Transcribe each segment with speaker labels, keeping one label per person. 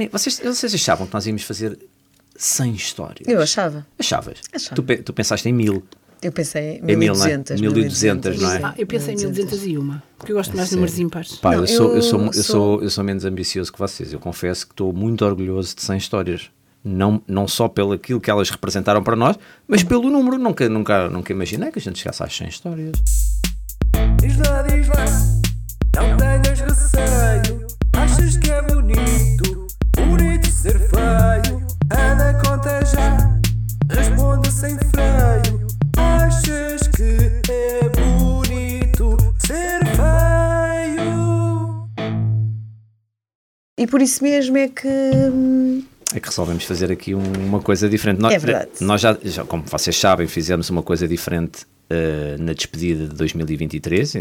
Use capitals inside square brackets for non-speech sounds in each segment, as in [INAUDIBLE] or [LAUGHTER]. Speaker 1: Bem, Vocês, vocês achavam que nós íamos fazer 100 histórias?
Speaker 2: Eu achava.
Speaker 1: Achavas?
Speaker 2: Achava.
Speaker 1: Tu, pe- tu pensaste em mil.
Speaker 2: Eu pensei em
Speaker 1: É mil, não é?
Speaker 2: 1200.
Speaker 1: 1200, não é?
Speaker 3: Ah, eu pensei em 1201, porque eu gosto mais de números ímpares.
Speaker 1: Pá,
Speaker 2: Não,
Speaker 1: eu, sou, eu,
Speaker 2: eu
Speaker 1: sou, mu- eu,
Speaker 2: sou-
Speaker 1: sou, eu sou menos ambicioso que vocês. Eu confesso que estou muito orgulhoso de 100 histórias. Não, não só pelo aquilo que elas representaram para nós, mas pelo número. Nunca, nunca, nunca imaginei que a gente chegasse às 100 histórias.
Speaker 4: Diz lá, diz lá, não tenhas receio. Achas que é bonito, bonito ser feio? Anda, conta já, responde sem freio. Achas que é bonito ser feio?
Speaker 2: E por isso mesmo é que. hum,
Speaker 1: É que resolvemos fazer aqui um- uma coisa diferente. Nós,
Speaker 2: É verdade.
Speaker 1: Nós já, já, como vocês sabem, fizemos uma coisa diferente eh, na despedida de 2023. eh,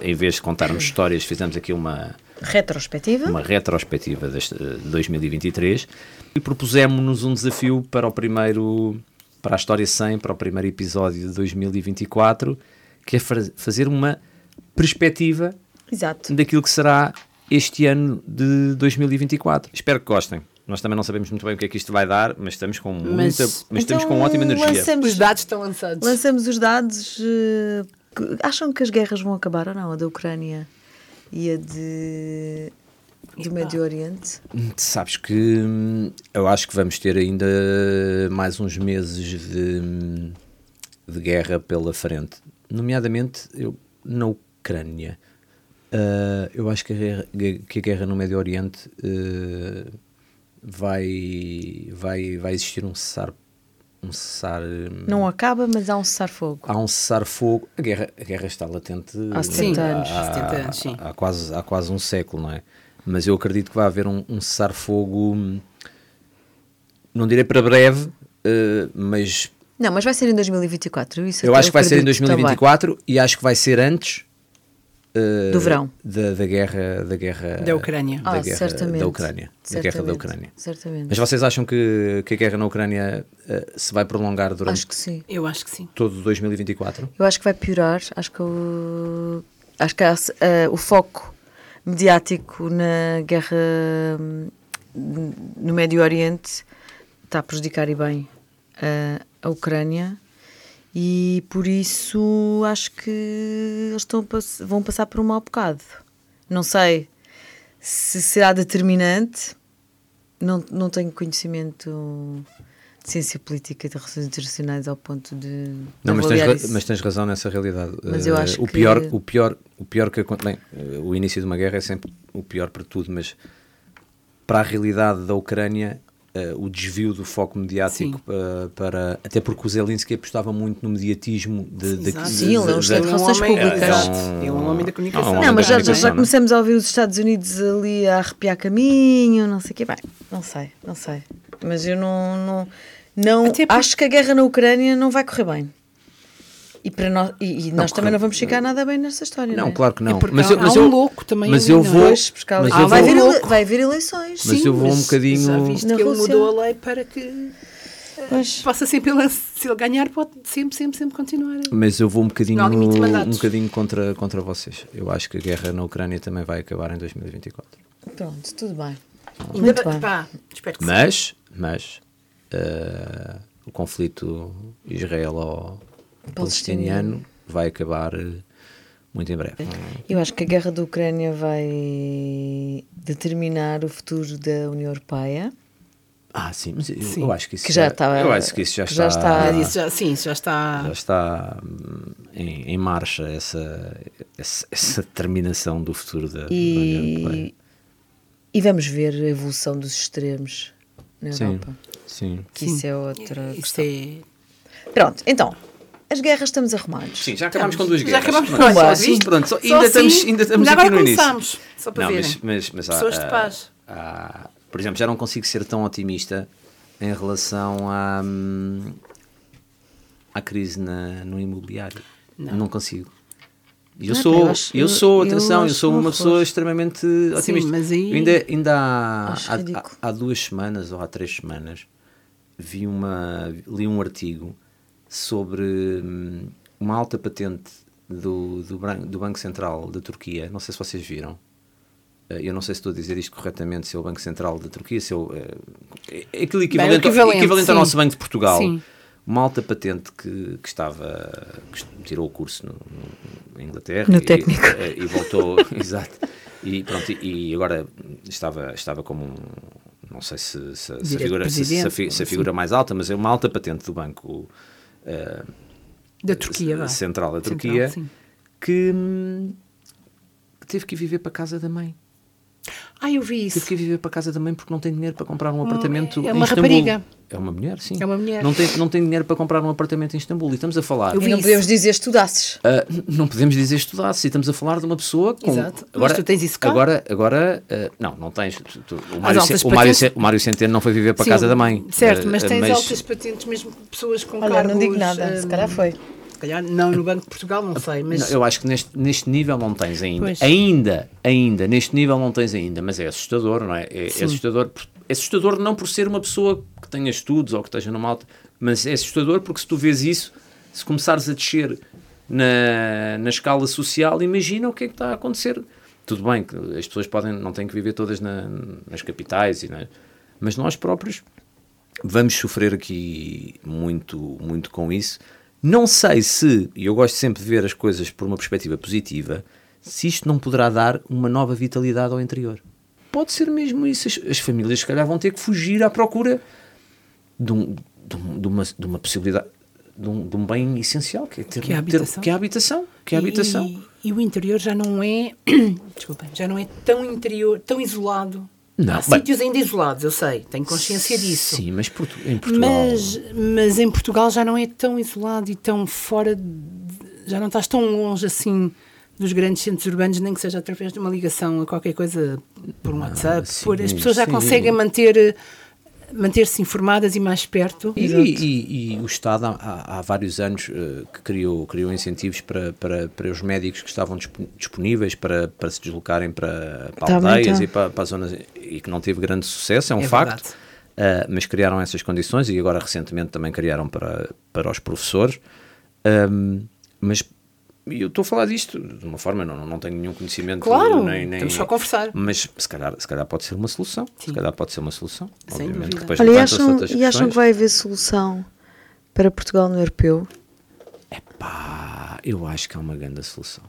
Speaker 1: em vez de contarmos histórias, fizemos aqui uma,
Speaker 2: Retrospectiva.
Speaker 1: uma retrospectiva deste, eh, 2023 e propusemos-nos um desafio para o primeiro, para a História 100, para o primeiro episódio de 2024, que é fra- fazer uma perspectiva
Speaker 2: Exato.
Speaker 1: daquilo que será este ano de 2024. Espero que gostem. Nós também não sabemos muito bem o que é que isto vai dar, mas estamos com muita, mas estamos com
Speaker 2: Então,
Speaker 1: ótima energia.
Speaker 3: Os
Speaker 2: Lançamos,
Speaker 3: dados estão lançados.
Speaker 2: lançamos os dados. eh, que- acham que as guerras vão acabar ou não? A da Ucrânia e a de. do Médio Oriente?
Speaker 1: Sabes que hum, eu acho que vamos ter ainda mais uns meses de, hum, de guerra pela frente, nomeadamente eu, na Ucrânia. Ah, eu acho que a, guerra, que a guerra no Médio Oriente eh, vai, vai, vai existir um cessar. Um cessar hum,
Speaker 2: Não acaba, mas há um cessar-fogo.
Speaker 1: há um cessar-fogo. A guerra, a guerra está latente
Speaker 2: Há 70 anos.
Speaker 1: há-
Speaker 3: 70 anos, sim.
Speaker 1: Há, quase, há quase um século, não é? Mas eu acredito que vai haver um, um cessar-fogo, hum, não direi para breve, eh, mas
Speaker 2: Não, mas vai ser em 2024. Isso
Speaker 1: eu
Speaker 2: até
Speaker 1: acho que vai ser em
Speaker 2: acredito também.
Speaker 1: 2024 e acho que vai ser antes eh,
Speaker 2: Do verão.
Speaker 1: da, da guerra da guerra
Speaker 3: Da Ucrânia.
Speaker 1: da
Speaker 2: Ah,
Speaker 1: guerra
Speaker 2: certamente.
Speaker 1: da Ucrânia da guerra da
Speaker 2: Certamente,
Speaker 1: Ucrânia
Speaker 2: certamente.
Speaker 1: mas vocês acham que, que a guerra na Ucrânia eh, se vai prolongar durante
Speaker 2: Acho que sim.
Speaker 3: Eu acho que sim.
Speaker 1: todo 2024
Speaker 2: Eu acho que vai piorar. Acho que o, acho que há, eh, o foco mediático na guerra hum, no Médio Oriente está a prejudicar e bem eh, a Ucrânia e por isso acho que eles estão a pass- vão passar por um mau bocado. Não sei se será determinante, não, não tenho conhecimento de ciência política e de relações internacionais ao ponto de.
Speaker 1: Não,
Speaker 2: de
Speaker 1: mas tens,
Speaker 2: avaliar
Speaker 1: ra-
Speaker 2: isso.
Speaker 1: mas tens razão nessa realidade.
Speaker 2: Mas eu
Speaker 1: Eh,
Speaker 2: acho
Speaker 1: o
Speaker 2: que-
Speaker 1: pior, o pior, o pior que acon- bem, eh, o início de uma guerra é sempre o pior para tudo, mas para a realidade da Ucrânia, eh, o desvio do foco mediático eh, para até porque o Zelensky apostava muito no mediatismo de, de,
Speaker 3: Exato.
Speaker 1: de-
Speaker 2: Sim, ele é um
Speaker 1: de-
Speaker 2: excelente
Speaker 1: de-
Speaker 2: relacionista. relações
Speaker 3: homem,
Speaker 2: públicas.
Speaker 3: exato.
Speaker 1: É um-
Speaker 3: Ele é um homem da comunicação.
Speaker 1: Não, é um
Speaker 2: Não, mas já,
Speaker 1: Americano,
Speaker 2: já
Speaker 1: não é?
Speaker 2: começamos a ouvir os Estados Unidos ali a arrepiar caminho, não sei o quê. Bem, não sei, não sei. Mas eu não. não, não
Speaker 3: Até porque-
Speaker 2: Acho que a guerra na Ucrânia não vai correr bem. E, para nós, e, e nós também
Speaker 1: correu-
Speaker 2: não vamos ficar nada bem nesta história.
Speaker 1: Não,
Speaker 2: é?
Speaker 1: claro que não.
Speaker 3: porque
Speaker 1: mas
Speaker 3: há-
Speaker 1: eu, mas
Speaker 3: há um
Speaker 1: eu-
Speaker 3: louco também
Speaker 1: Mas
Speaker 3: ali,
Speaker 1: eu
Speaker 3: não é?
Speaker 1: vou.
Speaker 2: Pois, porque há-
Speaker 1: Mas
Speaker 2: ah,
Speaker 1: eu
Speaker 2: vai,
Speaker 1: vou.
Speaker 2: haver ele-
Speaker 3: louco.
Speaker 2: vai haver eleições.
Speaker 1: Mas
Speaker 2: sim.
Speaker 1: eu vou um
Speaker 3: Mas Já
Speaker 1: bocadinho.
Speaker 3: viste
Speaker 2: Na
Speaker 3: que ele
Speaker 2: Rússia.
Speaker 3: mudou a lei para que
Speaker 2: Pois.
Speaker 3: possa sempre, ele- se ele ganhar, pode sempre, sempre, sempre continuar.
Speaker 1: Mas eu vou um bocadinho,
Speaker 3: Não há limite de
Speaker 1: um
Speaker 3: mandatos.
Speaker 1: bocadinho contra, contra vocês. Eu acho que a guerra na Ucrânia também vai acabar em 2024.
Speaker 2: Pronto, tudo bem.
Speaker 3: Ainda
Speaker 2: Muito
Speaker 3: bem-
Speaker 2: bem.
Speaker 3: pá, espero que sim.
Speaker 1: Mas, mas eh, o conflito israelo-palestiniano vai acabar eh, muito em breve.
Speaker 2: Eu acho que a guerra da Ucrânia vai determinar o futuro da União Europeia.
Speaker 1: Ah, sim, mas eu,
Speaker 3: Sim.
Speaker 1: eu acho que isso
Speaker 2: Que já está-
Speaker 1: Eu acho que isso já
Speaker 2: que já
Speaker 1: está.
Speaker 2: está-
Speaker 3: Mas isso já, sim, isso já está.
Speaker 1: já está, hum, em, em marcha essa, essa, essa determinação do futuro da, da União Europeia.
Speaker 2: E, e vamos ver a evolução dos extremos na
Speaker 1: Sim,
Speaker 2: Europa.
Speaker 1: sim.
Speaker 2: Que isso é outra.
Speaker 3: Isto é.
Speaker 2: Pronto, então, as guerras estamos arrumados.
Speaker 1: Sim, já acabámos com duas
Speaker 3: Já
Speaker 1: guerras.
Speaker 3: acabámos
Speaker 1: Pronto,
Speaker 3: com
Speaker 2: só
Speaker 3: isso.
Speaker 1: viste? Pronto, só-
Speaker 3: Só assim,
Speaker 1: ainda estamos- ainda estamos
Speaker 3: Mas
Speaker 1: aqui
Speaker 3: agora
Speaker 1: no início.
Speaker 3: começamos, só para
Speaker 1: Não,
Speaker 3: verem.
Speaker 1: mas, mas, mas há-
Speaker 3: Pessoas de
Speaker 1: há-
Speaker 3: paz.
Speaker 1: há- por exemplo, já não consigo ser tão otimista em relação à, hum, à crise na- no imobiliário. Não, consigo. E Eu
Speaker 2: Ah,
Speaker 1: sou,
Speaker 2: eu
Speaker 1: eu,
Speaker 2: acho-
Speaker 1: sou,
Speaker 2: eu- eu
Speaker 1: atenção, eu,
Speaker 2: acho
Speaker 1: sou
Speaker 2: um
Speaker 1: uma
Speaker 2: horror.
Speaker 1: pessoa extremamente otimista.
Speaker 3: mas aí-
Speaker 1: Eu ainda, ainda há,
Speaker 2: Acho
Speaker 1: há-
Speaker 2: ridículo.
Speaker 1: há duas semanas ou há três semanas vi uma, li um artigo sobre hum, uma alta patente do, do, Bran- do Banco Central da Turquia. Não sei se vocês viram. eh, eu não sei se estou a dizer isto corretamente, se é o Banco Central da Turquia, se é o, eh, é aquilo
Speaker 3: Bem, o
Speaker 1: equivalente, ao-
Speaker 3: equivalente,
Speaker 1: equivalente ao
Speaker 3: sim.
Speaker 1: nosso Banco de Portugal.
Speaker 3: Sim.
Speaker 1: Uma alta patente que, que estava, que est- tirou o curso no, no- na Inglaterra
Speaker 2: No
Speaker 1: e-
Speaker 2: técnico.
Speaker 1: eh, e, voltou, [LAUGHS] exato, e pronto, e, e agora estava, estava como um, não sei se, se, se a
Speaker 3: Direito
Speaker 1: figura, se, se a
Speaker 3: presidente,
Speaker 1: fi- se a
Speaker 3: assim.
Speaker 1: figura mais alta, mas é uma alta patente do Banco eh,
Speaker 3: Da Turquia, vá.
Speaker 1: é Central da
Speaker 3: Central,
Speaker 1: Turquia,
Speaker 3: sim.
Speaker 1: que hum, teve que ir viver para a casa da mãe.
Speaker 3: Ah, eu vi
Speaker 1: Teve
Speaker 3: isso.
Speaker 1: que ir viver para a casa da mãe porque não tem dinheiro para comprar um apartamento
Speaker 3: é
Speaker 1: em
Speaker 3: uma
Speaker 1: Istambul.
Speaker 3: rapariga.
Speaker 1: É uma mulher, sim.
Speaker 3: É uma mulher.
Speaker 1: Não tem, não tem dinheiro para comprar um apartamento em Istambul. E estamos a falar.
Speaker 3: Eu vi
Speaker 2: E não
Speaker 3: isso.
Speaker 2: podemos dizer estudasses.
Speaker 1: Ah, não podemos dizer estudar, se estamos a falar de uma pessoa com.
Speaker 3: Exato. Mas tu tens isso cá?
Speaker 1: Agora, agora ah, não, não tens. Tu- tu- o, Mário,
Speaker 3: altas
Speaker 1: Ce- o, Mário,
Speaker 3: patentes-
Speaker 1: Ce- o Mário Centeno não foi viver para a
Speaker 3: Sim,
Speaker 1: casa da mãe.
Speaker 3: Certo,
Speaker 1: Ah,
Speaker 3: mas tens
Speaker 1: mas-
Speaker 3: altas patentes, mesmo pessoas com
Speaker 2: Olha,
Speaker 3: cargos...
Speaker 2: não digo nada, se
Speaker 3: hum,
Speaker 2: calhar foi.
Speaker 3: se calhar não no Banco de Portugal, não sei, mas...
Speaker 1: Não, eu acho que neste, neste nível não tens ainda.
Speaker 3: Pois.
Speaker 1: Ainda, ainda, neste nível não tens ainda, mas é assustador, não é? É, é
Speaker 3: Sim.
Speaker 1: assustador, por- é assustador não por ser uma pessoa que tenha estudos ou que esteja numa alta, mas é assustador porque se tu vês isso, se começares a descer na, na escala social, imagina o que é que está a acontecer. Tudo bem que as pessoas podem, não têm que viver todas na- nas capitais, e na- mas nós próprios vamos sofrer aqui muito, muito com isso. Não sei se, e eu gosto sempre de ver as coisas por uma perspectiva positiva, se isto não poderá dar uma nova vitalidade ao interior. Pode ser mesmo isso. As, as famílias, se calhar, vão ter que fugir à procura de, um- de um- de uma, de uma possibilidade, de um, de um bem essencial, que é, ter,
Speaker 3: Que é a
Speaker 1: ter-
Speaker 3: habitação.
Speaker 1: que é a habitação. Que é a habitação.
Speaker 3: E, e o interior já não é, [COUGHS] desculpem, já não é tão interior, tão isolado.
Speaker 1: Não,
Speaker 3: Há
Speaker 1: bem-
Speaker 3: sítios ainda isolados, eu sei, tenho consciência disso.
Speaker 1: Sim, mas Portu- em Portugal.
Speaker 3: Mas, mas em Portugal já não é tão isolado e tão fora, de- já não estás tão longe assim dos grandes centros urbanos, nem que seja através de uma ligação a qualquer coisa por um WhatsApp.
Speaker 1: Ah, sim,
Speaker 3: por- as pessoas já
Speaker 1: sim.
Speaker 3: conseguem manter manter-se informadas e mais perto.
Speaker 1: E, e- e o Estado há- há, há vários anos eh, que criou, criou incentivos para, para, para os médicos que estavam dispo- disponíveis para, para se deslocarem para, para
Speaker 2: Tá bem,
Speaker 1: aldeias
Speaker 2: tá.
Speaker 1: e para, para zonas e que não teve grande sucesso, é um
Speaker 3: É
Speaker 1: facto.
Speaker 3: verdade.
Speaker 1: Ah, mas criaram essas condições e agora recentemente também criaram para, para os professores. Ahm, mas eu estou a falar disto de uma forma, não, não tenho nenhum conhecimento.
Speaker 3: Claro,
Speaker 1: nem, nem,
Speaker 3: estamos só a conversar.
Speaker 1: Mas se calhar, se calhar pode ser uma solução. Se
Speaker 3: Sim.
Speaker 1: calhar pode ser uma solução.
Speaker 3: Sem
Speaker 1: obviamente que
Speaker 3: dúvida.
Speaker 1: depois
Speaker 2: Olha, e
Speaker 1: levantam-se
Speaker 2: acham,
Speaker 1: outras
Speaker 2: e acham
Speaker 1: questões.
Speaker 2: que vai haver solução para Portugal no europeu?
Speaker 1: Pá, eu acho que é uma grande solução.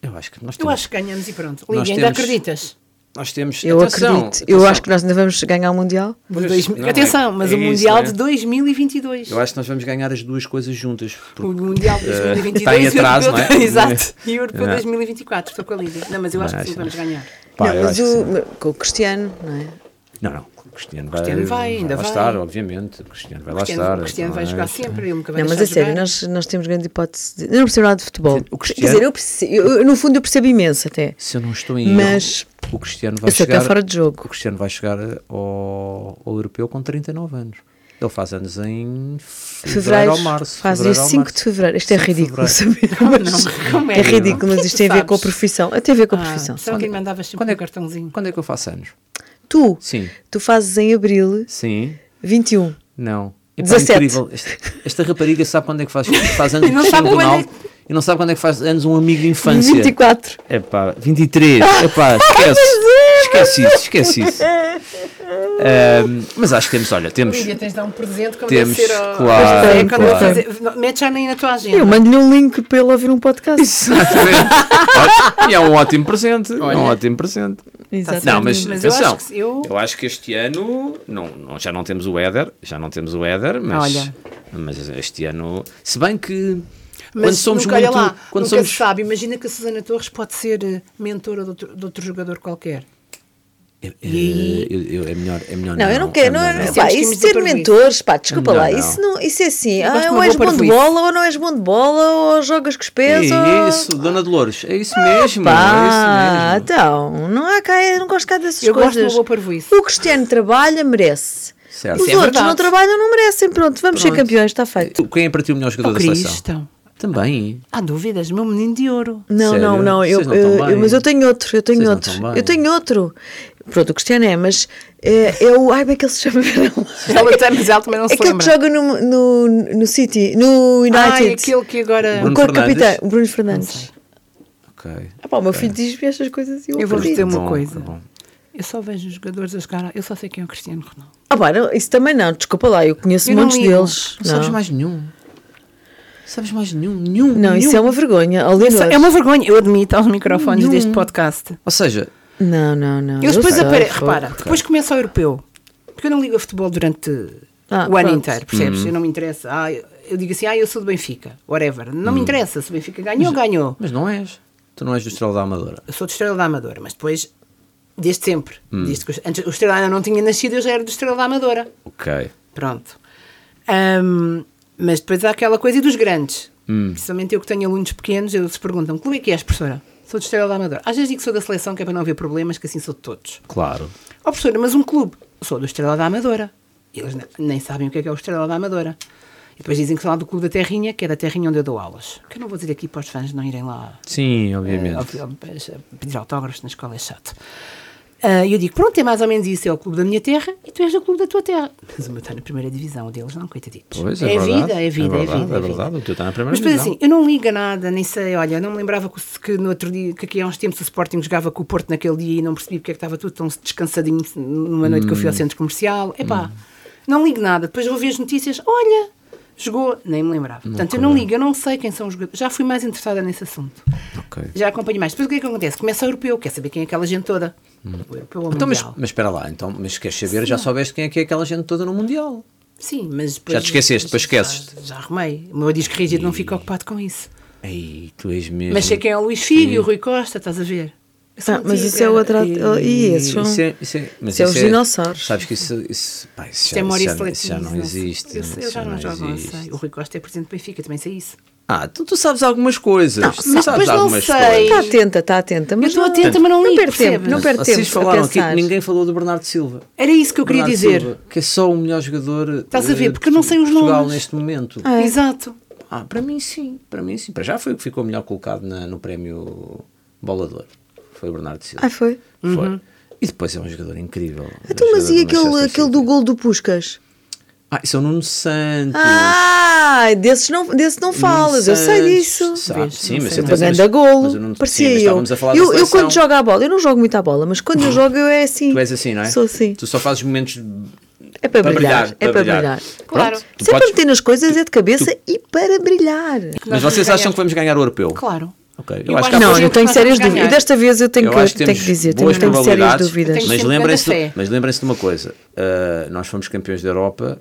Speaker 1: Eu acho que nós
Speaker 3: Eu
Speaker 1: temos.
Speaker 3: acho que ganhamos e pronto. Liga,
Speaker 1: então, Nós
Speaker 3: ainda
Speaker 1: temos-
Speaker 3: acreditas?
Speaker 1: Nós temos
Speaker 2: Eu
Speaker 1: atenção,
Speaker 2: acredito. Eu
Speaker 1: atenção.
Speaker 2: acho que nós ainda vamos ganhar o Mundial.
Speaker 3: Mas
Speaker 1: Pois,
Speaker 3: dois-
Speaker 1: não é-
Speaker 3: atenção, mas
Speaker 1: é
Speaker 3: o
Speaker 1: isso,
Speaker 3: Mundial
Speaker 1: não é?
Speaker 3: de 2022.
Speaker 1: Eu acho que nós vamos ganhar as duas coisas juntas. porque-
Speaker 3: O Mundial de
Speaker 1: Eh,
Speaker 3: 2022
Speaker 1: está em
Speaker 3: e o
Speaker 1: atraso,
Speaker 3: [LAUGHS] Europeu-
Speaker 1: não é?
Speaker 3: Exato. E o Europeu
Speaker 1: Não.
Speaker 3: 2024, estou com a Lídia. Não, mas eu acho que
Speaker 1: Mas,
Speaker 3: sim, vamos
Speaker 1: não.
Speaker 3: ganhar.
Speaker 1: Pá,
Speaker 2: não,
Speaker 1: eu
Speaker 2: mas
Speaker 1: acho que
Speaker 2: o-
Speaker 1: sim.
Speaker 2: com o Cristiano, não é?
Speaker 1: Não, não. O Cristiano vai,
Speaker 3: Cristiano vai, ainda
Speaker 1: lá
Speaker 3: vai.
Speaker 1: estar, obviamente. O Cristiano vai
Speaker 3: O Cristiano,
Speaker 1: lá é? estar. então
Speaker 3: o Cristiano vai
Speaker 1: também.
Speaker 3: jogar sempre, ele nunca vai
Speaker 2: Não, mas
Speaker 3: deixar
Speaker 2: a
Speaker 3: de jogar.
Speaker 2: sério, nós, nós temos grande hipótese. De... Eu não percebo nada de futebol.
Speaker 1: O
Speaker 2: Quer
Speaker 1: Cristiano-
Speaker 2: dizer, eu, percebo, eu- eu, no fundo eu percebo imenso até.
Speaker 1: Se eu não estou em
Speaker 2: Mas-
Speaker 1: erro, o Cristiano vai
Speaker 2: eu sei que
Speaker 1: chegar.
Speaker 2: está fora de jogo.
Speaker 1: O Cristiano vai chegar ao, ao europeu com 39 anos. Ele faz anos em fevereiro,
Speaker 2: Fevereiro,
Speaker 1: ou março.
Speaker 2: faz
Speaker 1: fevereiro
Speaker 2: dia
Speaker 1: ou
Speaker 2: 5
Speaker 1: março.
Speaker 2: de fevereiro. Isto é
Speaker 1: 5 de
Speaker 2: ridículo
Speaker 1: fevereiro.
Speaker 2: saber. mas-
Speaker 3: como
Speaker 2: é ridículo, mas isto tem a ver com a
Speaker 3: Sabes?
Speaker 2: profissão. Tem a ver com a
Speaker 3: Ah,
Speaker 2: profissão.
Speaker 3: Será que lhe mandavas sempre
Speaker 1: Quando é-
Speaker 3: um cartãozinho?
Speaker 1: Quando é que eu faço anos?
Speaker 2: Tu,
Speaker 1: Sim.
Speaker 2: tu fazes em abril
Speaker 1: Sim.
Speaker 2: 21.
Speaker 1: Não. É
Speaker 2: 17.
Speaker 1: incrível. Esta, esta rapariga sabe quando é que faz, faz
Speaker 3: [LAUGHS]
Speaker 1: anos
Speaker 3: E não
Speaker 1: o Cristiano
Speaker 3: sabe quando é
Speaker 1: Ronaldo e não sabe quando é que faz anos um amigo de infância.
Speaker 2: 24.
Speaker 3: Ah.
Speaker 1: É pá, 23.
Speaker 2: Ah,
Speaker 1: É pá, esquece. esquece isso, esquece
Speaker 2: [LAUGHS]
Speaker 1: isso. Ahm, mas acho que temos, olha, temos.
Speaker 3: Lídia, tens de dar um presente como
Speaker 1: Temos,
Speaker 3: deve ser ao...
Speaker 1: claro,
Speaker 3: Pois é, quando
Speaker 1: claro.
Speaker 3: eu fazer- não, Mete já nem na tua agenda.
Speaker 2: Eu mando-lhe um link para ele ouvir um podcast.
Speaker 1: Exatamente. Olha, [LAUGHS] e é um ótimo presente. É um ótimo presente.
Speaker 3: Tá
Speaker 2: Exatamente.
Speaker 1: Não, mas,
Speaker 3: Mas eu
Speaker 1: atenção, eu
Speaker 3: acho que
Speaker 1: acho
Speaker 3: se
Speaker 1: que,
Speaker 3: eu-
Speaker 1: este ano não, não- já não temos o Éder, já não temos o Éder, mas,
Speaker 3: Olha.
Speaker 1: mas este ano, se bem que
Speaker 3: Mas
Speaker 1: quando somos
Speaker 3: nunca, olha
Speaker 1: muito,
Speaker 3: lá,
Speaker 1: quando
Speaker 3: nunca
Speaker 1: somos
Speaker 3: se sabe. Imagina que a Susana Torres pode ser eh, mentora de outro, de outro jogador qualquer.
Speaker 1: Eu-
Speaker 3: E-
Speaker 1: É, eu- eu- é melhor, é melhor
Speaker 2: Não, eu não quero,
Speaker 1: é
Speaker 2: não,
Speaker 1: melhor
Speaker 2: não, pá,
Speaker 3: não. Temos que
Speaker 2: isso
Speaker 3: irmos
Speaker 2: ser
Speaker 3: para o juiz.
Speaker 2: mentores, pá, desculpa
Speaker 1: Não,
Speaker 2: lá,
Speaker 1: não.
Speaker 2: isso não, isso é assim,
Speaker 3: gosto de
Speaker 2: ah, ou
Speaker 3: uma
Speaker 2: és
Speaker 3: boa
Speaker 2: bom de
Speaker 3: parvoíce.
Speaker 2: bola ou não és bom de bola, ou jogas com os pés, ou...
Speaker 1: É isso, Dona Dolores, é isso mesmo,
Speaker 2: Pá,
Speaker 1: é isso mesmo.
Speaker 2: então, não há cá, eu não gosto cá dessas
Speaker 3: Eu gosto
Speaker 2: coisas.
Speaker 3: de uma boa parvoíce.
Speaker 2: O Cristiano trabalha, merece.
Speaker 1: Certo.
Speaker 2: Os
Speaker 1: Isso é
Speaker 2: outros não
Speaker 3: verdade.
Speaker 2: trabalham, não merecem, pronto, vamos ser campeões, está feito.
Speaker 1: Quem é para ti o melhor jogador
Speaker 3: O
Speaker 1: da
Speaker 3: Cris,
Speaker 1: seleção?
Speaker 3: estão.
Speaker 1: Também.
Speaker 3: Há dúvidas, meu menino de ouro.
Speaker 2: Não,
Speaker 1: Sério?
Speaker 2: não, não, eu, eh,
Speaker 1: Vocês não
Speaker 2: eu-
Speaker 1: estão bem.
Speaker 2: eu- mas eu tenho outro, eu tenho
Speaker 1: Vocês não
Speaker 2: outro,
Speaker 1: estão bem.
Speaker 2: eu tenho outro. Pronto, o Cristiano é, mas é, é o, ai, como é que ele se chama? [LAUGHS]
Speaker 3: [LAUGHS] Ela tem, mas ela também não
Speaker 2: É
Speaker 3: se
Speaker 2: aquele que
Speaker 3: lembra.
Speaker 2: joga no, no, no City, no
Speaker 3: Ah,
Speaker 2: United.
Speaker 3: aquele que é agora.
Speaker 2: o
Speaker 1: Bruno
Speaker 2: cor-
Speaker 1: Fernandes?
Speaker 2: capitão, o Bruno Fernandes.
Speaker 1: Ok. Ok.
Speaker 2: Ah, pá, o meu filho diz-me estas coisas e eu,
Speaker 3: Eu vou-vos
Speaker 2: acredito.
Speaker 3: dizer uma
Speaker 1: Bom,
Speaker 3: coisa.
Speaker 1: bom.
Speaker 3: Eu só vejo os jogadores a jogar. Eu só sei quem é o Cristiano Ronaldo.
Speaker 2: Ah, pá, não, isso também não, desculpa lá, eu conheço
Speaker 3: Eu não
Speaker 2: muitos
Speaker 3: ligo.
Speaker 2: deles.
Speaker 1: Não, sabes
Speaker 2: Não.
Speaker 1: mais nenhum. Sabes mais nenhum. Nenhum.
Speaker 2: Não, isso é uma vergonha. Além
Speaker 3: Isso
Speaker 2: nós.
Speaker 3: É uma vergonha. Eu admito aos microfones
Speaker 1: Não.
Speaker 3: deste podcast.
Speaker 2: um-
Speaker 1: Ou seja,
Speaker 2: Não, não, não.
Speaker 3: Eu depois
Speaker 2: sei, Ah,
Speaker 3: apare...
Speaker 2: pô.
Speaker 3: repara, depois começa o europeu. Porque eu não ligo a futebol durante
Speaker 2: Ah,
Speaker 3: o ano
Speaker 2: pronto.
Speaker 3: inteiro, percebes? Eu não me interessa. Ah, eu eu digo assim, ah, eu sou do Benfica, whatever. Não
Speaker 2: Uhum.
Speaker 3: me interessa se o Benfica ganhou, ganhou.
Speaker 1: mas não és. Tu não és do Estrela da Amadora.
Speaker 3: Eu sou do Estrela da Amadora, mas depois, desde sempre.
Speaker 2: Hum.
Speaker 3: Desde que, os- antes o Estrela ainda não tinha nascido, eu já era do Estrela da Amadora.
Speaker 1: Ok.
Speaker 3: Pronto. Ahm, mas depois há aquela coisa e dos grandes.
Speaker 2: Hum.
Speaker 3: Principalmente eu que tenho alunos pequenos, eles perguntam: que clube é que és, professora? Sou do Estrela da Amadora. Às vezes digo que sou da seleção, que é para não haver problemas, que assim sou de todos.
Speaker 1: Claro.
Speaker 3: Ó professora, mas um clube. Sou do Estrela da Amadora. Eles ne- nem sabem o que é, que é o Estrela da Amadora. E depois dizem que são lá do Clube da Terrinha, que é da Terrinha onde eu dou aulas. Que eu não vou dizer aqui para os fãs não irem lá
Speaker 1: Sim,
Speaker 3: eh,
Speaker 1: obviamente.
Speaker 3: ao- ao- pedir autógrafos na escola, é chato. Ah, E eu digo, pronto, é mais ou menos isso. É o clube da minha terra e tu és o clube da tua terra. [LAUGHS] Mas o meu está na primeira divisão, o deles não, coitaditos.
Speaker 1: Pois,
Speaker 3: é,
Speaker 1: é, verdade.
Speaker 3: vida, é vida, é,
Speaker 1: verdade,
Speaker 3: vida.
Speaker 1: É
Speaker 3: vida.
Speaker 1: verdade, o teu está na primeira
Speaker 3: Mas depois
Speaker 1: divisão.
Speaker 3: assim, eu não ligo a nada, nem sei, olha, eu não me lembrava que, o- que no outro dia, que aqui há uns tempos o Sporting jogava com o Porto naquele dia e não percebi porque é que estava tudo tão descansadinho numa noite que eu fui ao
Speaker 1: Hum.
Speaker 3: centro comercial. Epá, não ligo nada. Depois vou ver as notícias, olha, jogou, nem me lembrava. Portanto, eu não ligo, eu não sei quem são os jogadores. Já fui mais interessada nesse assunto.
Speaker 1: Ok.
Speaker 3: Já acompanho mais. Depois o que é que acontece? Começa o europeu, quer saber quem é aquela gente toda. O europeu ou o
Speaker 1: Então, mas,
Speaker 3: mundial.
Speaker 1: mas espera lá, então, mas queres saber, já soubeste quem é que é aquela gente toda no Mundial.
Speaker 3: Sim, mas depois.
Speaker 1: Já te esqueceste, depois
Speaker 3: já-
Speaker 1: esqueces-te.
Speaker 3: Já arrumei. O meu disco rígido não fica ocupado com isso.
Speaker 1: Ei, tu és mesmo.
Speaker 3: Mas sei quem é o Luís Figo e o Rui Costa, estás a ver? Eu sou
Speaker 2: Ah, mas isso é
Speaker 3: antiga.
Speaker 2: outra. E esses são.
Speaker 1: Isso é, isso é, mas
Speaker 2: isso é os dinossauros.
Speaker 1: Sabes que isso, isso, pá, isso,
Speaker 3: Isto
Speaker 1: já,
Speaker 3: é memória
Speaker 1: isso já- isso já
Speaker 3: seletiva,
Speaker 1: não
Speaker 3: sei.
Speaker 1: existe.
Speaker 3: Eu, sei, eu
Speaker 1: isso
Speaker 3: já não jogo, não
Speaker 1: existe.
Speaker 3: sei. O Rui Costa é presidente do Benfica, também sei isso.
Speaker 1: Ah, tu, tu sabes algumas coisas. tu
Speaker 3: mas
Speaker 1: sabes
Speaker 3: depois não
Speaker 1: algumas
Speaker 3: sei.
Speaker 1: coisas.
Speaker 2: Está atenta, está atenta. Mas
Speaker 3: estou
Speaker 2: não-
Speaker 3: atenta, mas não ligo,
Speaker 2: Não perde tempo,
Speaker 3: percebes?
Speaker 2: não perde
Speaker 1: Vocês
Speaker 2: tempo. a
Speaker 1: falaram aqui
Speaker 2: pensar.
Speaker 1: que ninguém falou do Bernardo Silva.
Speaker 3: Era isso que eu queria
Speaker 1: Bernardo
Speaker 3: dizer.
Speaker 1: Silva, que é só o melhor jogador.
Speaker 3: Estás a
Speaker 1: eh,
Speaker 3: ver?
Speaker 1: de
Speaker 3: Porque eu não sei os
Speaker 1: Portugal
Speaker 3: nomes.
Speaker 1: neste momento.
Speaker 2: Ah, é.
Speaker 3: Exato.
Speaker 1: Ah, para mim sim, para mim sim. Para já foi o que ficou melhor colocado na- no prémio Bolador. Foi o Bernardo Silva.
Speaker 2: Ah, foi?
Speaker 1: Foi. E depois é um jogador incrível. É assim. um
Speaker 2: Então, mas
Speaker 1: jogador do
Speaker 2: e
Speaker 1: Manchester
Speaker 2: aquele, aquele
Speaker 1: City.
Speaker 2: do gol do Puscas?
Speaker 1: Ah, isso é o Nuno Santos.
Speaker 2: Ah, desses não, desse não
Speaker 1: Nuno
Speaker 2: falas, eu sei
Speaker 1: Santos,
Speaker 2: disso.
Speaker 1: sabe?
Speaker 3: Vês,
Speaker 1: sim,
Speaker 3: não
Speaker 1: mas
Speaker 3: sei.
Speaker 1: eu
Speaker 3: Um
Speaker 1: tenho-
Speaker 2: Pagando a
Speaker 1: mas eu não-
Speaker 2: é golo,
Speaker 1: sim,
Speaker 2: parecia
Speaker 1: mas
Speaker 2: eu.
Speaker 1: estávamos a falar da
Speaker 2: Eu, eu
Speaker 1: seleção.
Speaker 2: quando jogo à bola, eu não jogo muito à bola, mas quando eu jogo eu é assim.
Speaker 1: Tu és assim, não é?
Speaker 2: Sou assim.
Speaker 1: Tu só fazes momentos.
Speaker 2: É para, brilhar, é para brilhar.
Speaker 3: Claro.
Speaker 1: Pronto, tu
Speaker 2: Se é para
Speaker 1: podes-
Speaker 2: meter nas coisas é de cabeça e para brilhar.
Speaker 1: Mas
Speaker 3: Nós vamos
Speaker 1: vocês
Speaker 3: ganhar.
Speaker 1: acham que vamos ganhar o europeu?
Speaker 3: Claro.
Speaker 1: Ok, eu
Speaker 3: Eu
Speaker 1: acho
Speaker 3: acho
Speaker 1: que há
Speaker 3: que
Speaker 2: Não,
Speaker 3: sim,
Speaker 2: eu tenho
Speaker 3: nós
Speaker 2: sérias
Speaker 3: vamos ganhar.
Speaker 2: dúvidas. Desta vez eu tenho,
Speaker 1: Eu
Speaker 2: que,
Speaker 1: acho que
Speaker 2: tenho
Speaker 1: temos
Speaker 2: que dizer, tenho,
Speaker 1: boas
Speaker 2: tenho sérias
Speaker 1: probabilidades,
Speaker 2: dúvidas.
Speaker 3: Tenho
Speaker 1: mas
Speaker 3: sempre
Speaker 1: lembrem-se
Speaker 3: tanta fé.
Speaker 1: mas lembrem-se de uma coisa: uh, nós fomos campeões da Europa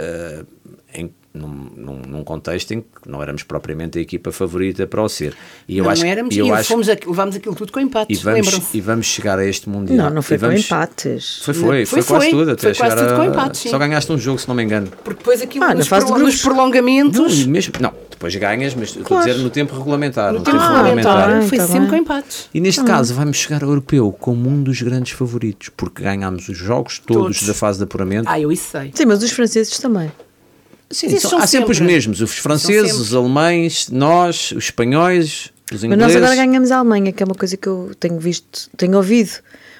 Speaker 1: uh, em- num, num- num contexto em que não éramos propriamente a equipa favorita para o ser. E eu
Speaker 3: não
Speaker 1: acho, que-
Speaker 3: éramos
Speaker 1: e eu
Speaker 3: e
Speaker 1: acho,
Speaker 3: fomos aqui- levámos aquilo tudo com
Speaker 1: e
Speaker 3: empates,
Speaker 1: vamos,
Speaker 3: lembram-se.
Speaker 1: e vamos chegar a este mundial.
Speaker 2: Não, não foi
Speaker 1: E
Speaker 2: com
Speaker 1: vamos-
Speaker 2: empates.
Speaker 1: Foi, foi, foi,
Speaker 3: Foi,
Speaker 1: quase
Speaker 3: foi.
Speaker 1: tudo até
Speaker 3: Foi quase
Speaker 1: chegar
Speaker 3: tudo com
Speaker 1: a-
Speaker 3: empates, sim.
Speaker 1: Só ganhaste um jogo, se não me engano.
Speaker 3: Porque depois aquilo
Speaker 2: Ah, na
Speaker 3: nos,
Speaker 2: fase de
Speaker 3: prolo- nos
Speaker 2: grupos.
Speaker 1: Não,
Speaker 3: prolongamentos,
Speaker 1: e mesmo, não, depois ganhas, mas estou
Speaker 2: Claro.
Speaker 1: a dizer no tempo regulamentar.
Speaker 3: no
Speaker 1: no
Speaker 3: tempo
Speaker 1: tempo
Speaker 2: Ah,
Speaker 3: regulamentar,
Speaker 2: tá
Speaker 1: regulamentar.
Speaker 2: bem,
Speaker 3: um foi
Speaker 2: tá
Speaker 3: sempre
Speaker 2: bem.
Speaker 3: com empates.
Speaker 1: E neste caso vamos chegar ao europeu como um dos grandes favoritos, porque ganhámos os jogos todos,
Speaker 3: Todos.
Speaker 1: da fase de apuramento.
Speaker 3: Ah, eu isso sei.
Speaker 2: Sim, mas os franceses também.
Speaker 1: Sim,
Speaker 3: Mas
Speaker 1: são-
Speaker 3: são
Speaker 1: há sempre os
Speaker 3: sempre.
Speaker 1: mesmos: os franceses,
Speaker 3: São
Speaker 1: os alemães, nós, os espanhóis, os
Speaker 2: Mas nós
Speaker 1: ingleses.
Speaker 2: agora ganhamos a Alemanha, que é uma coisa que eu tenho visto, tenho ouvido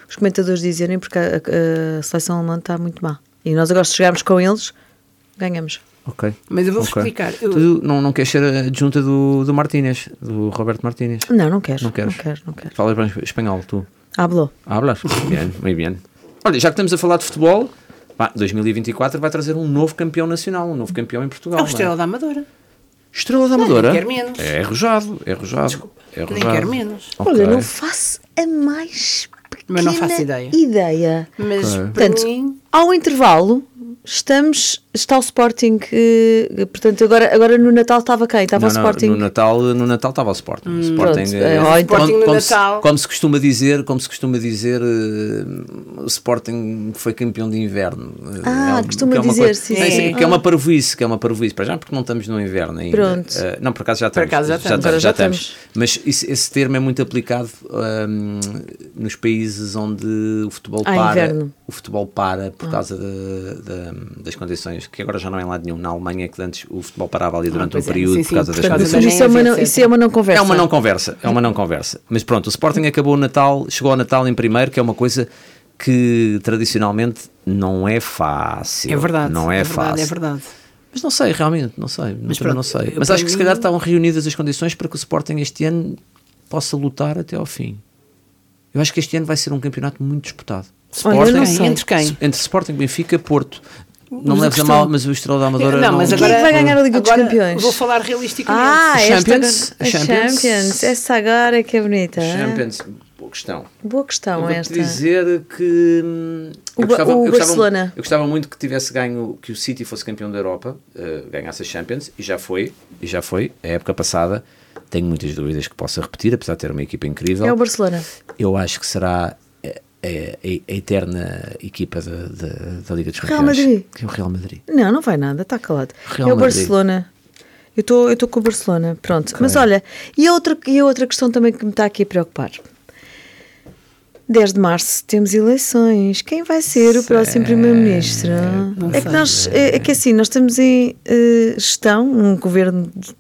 Speaker 2: os comentadores dizerem, porque a, a- a seleção alemã está muito má. E nós agora, se chegarmos com eles, ganhamos.
Speaker 1: Ok.
Speaker 3: Mas eu vou-vos
Speaker 1: ok.
Speaker 3: explicar. Eu-
Speaker 1: Tu não, não queres ser adjunta do, do Martínez, do Roberto Martínez?
Speaker 2: Não, não quero.
Speaker 1: Não
Speaker 2: Não
Speaker 1: queres?
Speaker 2: quero, não quero. Não quero. Ah,
Speaker 1: Falas bem espanhol, tu?
Speaker 2: Hablo.
Speaker 1: Hablas? Bien, muy bien. Olha, já que estamos a falar de futebol, pá, 2024 vai trazer um novo campeão nacional, um novo campeão em Portugal.
Speaker 3: É o
Speaker 1: não é?
Speaker 3: Estrela da Amadora.
Speaker 1: Estrela da Amadora?
Speaker 3: nem quero menos.
Speaker 1: É arrojado, é arrojado. é
Speaker 3: nem
Speaker 1: arrojado.
Speaker 3: quero menos.
Speaker 1: Ok.
Speaker 2: Olha, não faço a mais pequena
Speaker 3: Mas não faço ideia. Hum.
Speaker 2: ideia.
Speaker 3: Mas
Speaker 1: Ok.
Speaker 3: para
Speaker 2: Portanto,
Speaker 3: mim,
Speaker 2: ao intervalo, estamos, está o Sporting, eh, portanto, agora, agora no Natal estava quem? Estava
Speaker 1: Não,
Speaker 2: o
Speaker 1: não,
Speaker 2: Sporting.
Speaker 1: no Natal, no Natal estava o Sporting. O Sporting,
Speaker 2: Pronto,
Speaker 1: eh,
Speaker 2: é, ó, então.
Speaker 1: como-
Speaker 3: Sporting no
Speaker 1: como, se-
Speaker 3: Natal.
Speaker 1: como se costuma dizer, como se costuma dizer, eh, o Sporting foi campeão de inverno. Eh,
Speaker 2: Ah,
Speaker 1: um-
Speaker 2: costuma
Speaker 1: que é uma
Speaker 2: dizer,
Speaker 1: coisa-
Speaker 2: sim,
Speaker 1: Não, isso-
Speaker 3: sim.
Speaker 1: Que é uma parvoíce, que é uma parvoíce, para já porque não estamos no inverno ainda.
Speaker 2: Pronto.
Speaker 1: Eh, não, por acaso já estamos.
Speaker 3: acaso já estamos.
Speaker 1: Já,
Speaker 2: Agora já
Speaker 1: estamos.
Speaker 2: estamos.
Speaker 1: Mas isso- esse termo é muito aplicado ahm, nos países onde o futebol
Speaker 2: Ah,
Speaker 1: para.
Speaker 2: inverno. Ah.
Speaker 1: O futebol para por causa de- de- das condições, que agora já não é em lado nenhum. Na Alemanha é que antes o futebol parava ali durante um
Speaker 3: pois é,
Speaker 1: período
Speaker 3: sim,
Speaker 1: por
Speaker 3: sim,
Speaker 1: causa
Speaker 3: por
Speaker 1: das
Speaker 3: causa
Speaker 1: condições.
Speaker 2: Portanto, isso, é uma não, isso é uma não conversa.
Speaker 1: É uma não conversa, é uma não conversa. Mas pronto, o Sporting acabou o Natal, chegou ao Natal em primeiro, que é uma coisa que tradicionalmente não é fácil.
Speaker 3: é verdade.
Speaker 1: Não é,
Speaker 3: é
Speaker 1: fácil.
Speaker 3: verdade, é verdade.
Speaker 1: Mas não sei, realmente, não sei. Mas,
Speaker 3: pronto,
Speaker 1: não sei.
Speaker 3: eu-
Speaker 1: Mas
Speaker 3: para
Speaker 1: acho que se
Speaker 3: mim-
Speaker 1: calhar estavam reunidas as condições para que o Sporting este ano possa lutar até ao fim. Eu acho que este ano vai ser um campeonato muito disputado.
Speaker 3: Olha, eu não
Speaker 1: Sporting-
Speaker 3: sei. Entre quem?
Speaker 1: Entre Sporting, Benfica, Porto. Não me
Speaker 3: a
Speaker 1: leves a
Speaker 3: questão-
Speaker 1: mal, mas o Estrela da Amadora
Speaker 3: Não,
Speaker 1: não...
Speaker 3: mas
Speaker 2: Quem é
Speaker 3: agora-
Speaker 2: que vai ganhar a Liga dos
Speaker 3: Agora
Speaker 2: Campeões?
Speaker 3: Vou falar realisticamente.
Speaker 2: Ah,
Speaker 1: Champions?
Speaker 2: esta, a Champions.
Speaker 1: Champions?
Speaker 2: Essa agora é que é bonita. hein?
Speaker 1: Champions, boa questão.
Speaker 2: Boa
Speaker 1: Eu
Speaker 2: questão
Speaker 1: vou-te
Speaker 2: esta.
Speaker 1: dizer que hum,
Speaker 2: O Ba- o Barcelona.
Speaker 1: eu gostava muito que tivesse ganho, que o City fosse campeão da Europa, eh, ganhasse a Champions, e já foi, e já foi, a época passada. Tenho muitas dúvidas que possa repetir, apesar de ter uma equipa incrível.
Speaker 2: É o Barcelona.
Speaker 1: Eu acho que será eh, eh, a, a eterna equipa da, da- da Liga dos
Speaker 2: Real
Speaker 1: Campeões.
Speaker 2: Madrid.
Speaker 1: Que é o Real Madrid.
Speaker 2: Não, não vai nada, está calado.
Speaker 1: Real
Speaker 2: é o
Speaker 1: Madrid.
Speaker 2: Barcelona. Eu estou eu tô com o Barcelona, pronto. Mas olha, e a, outra, e a outra questão também que me está aqui a preocupar. 10 de março temos eleições. Quem vai ser o próximo primeiro-ministro? É que nós, é, é que assim, nós estamos em eh, gestão, um governo. de-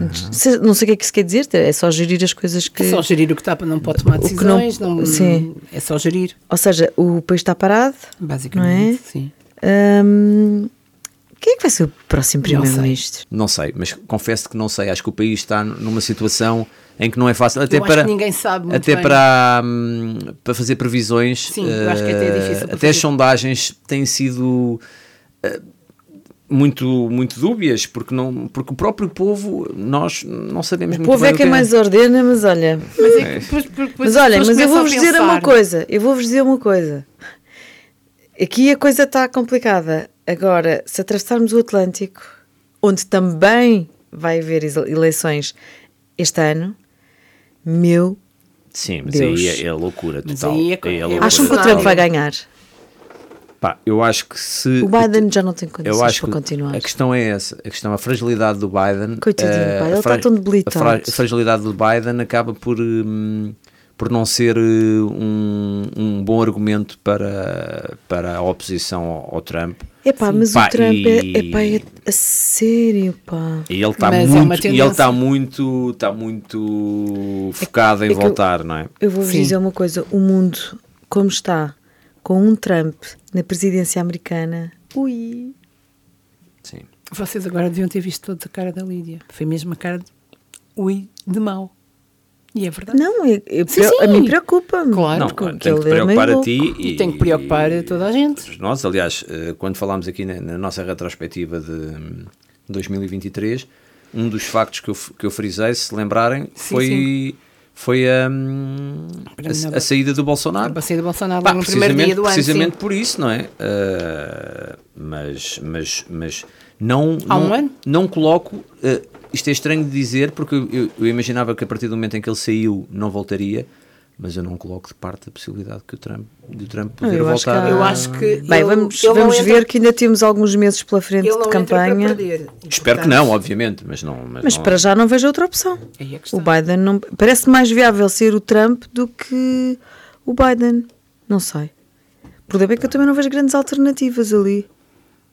Speaker 1: Uhum.
Speaker 2: se- Não sei o que é que isso quer dizer, é só gerir as coisas que.
Speaker 3: É só gerir o que está, não pode tomar
Speaker 2: O que não-
Speaker 3: decisões, não,
Speaker 2: Sim.
Speaker 3: é só gerir,
Speaker 2: Ou seja, o país está parado. Não é?
Speaker 3: basicamente. Sim.
Speaker 2: Hum, quem é que vai ser o próximo
Speaker 3: sei.
Speaker 2: primeiro-ministro?
Speaker 1: Não sei, mas confesso que não sei. Acho que o país está numa situação em que não é fácil. Até
Speaker 3: Eu acho
Speaker 1: para,
Speaker 3: que ninguém sabe muito
Speaker 1: até
Speaker 3: bem.
Speaker 1: para, hum, para fazer previsões.
Speaker 3: Sim, eu acho que até é
Speaker 1: eh,
Speaker 3: difícil para
Speaker 1: até as
Speaker 3: fazer.
Speaker 1: sondagens têm sido eh, muito, muito dúbias, porque, não, porque o próprio povo, nós não sabemos
Speaker 2: O
Speaker 1: muito
Speaker 2: povo
Speaker 1: bem
Speaker 2: é
Speaker 1: o
Speaker 2: quem
Speaker 1: que
Speaker 2: mais ordena, mas olha.
Speaker 3: Mas, é que depois- depois- depois
Speaker 2: Mas
Speaker 3: as
Speaker 2: olha,
Speaker 3: pessoas
Speaker 2: mas eu
Speaker 3: começam a
Speaker 2: vou-vos dizer
Speaker 3: pensar.
Speaker 2: uma coisa. Eu vou-vos dizer uma coisa. Aqui a coisa está complicada. Agora, se atravessarmos o Atlântico, onde também vai haver ele- eleições este ano, meu.
Speaker 1: Sim, mas
Speaker 2: Deus.
Speaker 1: aí é, é loucura
Speaker 3: Mas
Speaker 1: total.
Speaker 3: aí é co-
Speaker 1: Aí é
Speaker 3: é
Speaker 1: loucura
Speaker 2: Acham que o
Speaker 1: total.
Speaker 2: Trump vai ganhar?
Speaker 1: Pá, eu acho que se.
Speaker 2: O Biden já não tem
Speaker 1: Eu
Speaker 2: condições
Speaker 1: acho
Speaker 2: para
Speaker 1: que
Speaker 2: continuar.
Speaker 1: a questão é essa, a questão, a fragilidade do Biden.
Speaker 2: Coitadinho,
Speaker 1: eh,
Speaker 2: pá, ele
Speaker 1: a
Speaker 2: está tão debilitado.
Speaker 1: A, a fragilidade do Biden acaba por, hum, por não ser eh, um, um bom argumento para, para a oposição ao, ao Trump.
Speaker 2: Epá, mas
Speaker 1: Pá,
Speaker 2: o Trump é,
Speaker 1: e-
Speaker 2: epá, é a sério, pá.
Speaker 1: E ele está
Speaker 3: Mas é uma
Speaker 1: muito,
Speaker 3: tendência.
Speaker 1: e ele está muito, está muito focado em
Speaker 2: é que eu-
Speaker 1: voltar, não é?
Speaker 2: Eu vou-vos
Speaker 3: Sim.
Speaker 2: dizer uma coisa: o mundo, como está, com um Trump na presidência americana, ui.
Speaker 1: Sim.
Speaker 3: Vocês agora deviam ter visto toda a cara da Lídia. Foi mesmo a cara de ui de mau. E é verdade.
Speaker 2: Não, eu, eu-
Speaker 3: Sim, sim.
Speaker 2: a mim preocupa-me.
Speaker 3: Claro,
Speaker 1: Não,
Speaker 2: porque
Speaker 1: tem que
Speaker 2: ele
Speaker 1: te
Speaker 2: é meio
Speaker 1: preocupar a
Speaker 2: louco.
Speaker 1: ti
Speaker 3: E tem que preocupar toda a gente.
Speaker 1: todos Nós, aliás, eh, quando falámos aqui na, na nossa retrospectiva de hum, 2023, um dos factos que eu, f- que eu frisei, se lembrarem, foi, foi hum,
Speaker 3: Para mim,
Speaker 1: a,
Speaker 3: não-
Speaker 1: a saída do Bolsonaro.
Speaker 3: A saída do Bolsonaro
Speaker 1: Pá,
Speaker 3: logo no primeiro dia do ano,
Speaker 1: precisamente
Speaker 3: sim.
Speaker 1: por isso, não é? Ah, mas, mas, mas não,
Speaker 3: Há um
Speaker 1: não,
Speaker 3: ano?
Speaker 1: não coloco. ah, isto é estranho de dizer, porque eu, eu- eu imaginava que a partir do momento em que ele saiu não voltaria, mas eu não coloco de parte a possibilidade que o Trump, de o Trump
Speaker 2: Não,
Speaker 1: poder
Speaker 2: eu acho
Speaker 1: voltar. a-
Speaker 2: que há-
Speaker 3: Ah, Eu acho que. é
Speaker 2: Bem,
Speaker 3: ele-
Speaker 2: vamos,
Speaker 3: ele não
Speaker 2: vamos
Speaker 3: entra-
Speaker 2: ver que ainda temos alguns meses pela frente
Speaker 3: ele não
Speaker 2: de
Speaker 3: entra para
Speaker 2: campanha.
Speaker 3: perder.
Speaker 1: Espero que
Speaker 3: Portanto,
Speaker 1: não, obviamente, mas não. Mas,
Speaker 2: Mas
Speaker 1: não-
Speaker 2: para já não vejo outra opção.
Speaker 3: Aí é que está.
Speaker 2: O Biden não. Parece mais viável ser o Trump do que o Biden. Não sei. O problema é que eu também não vejo grandes alternativas ali.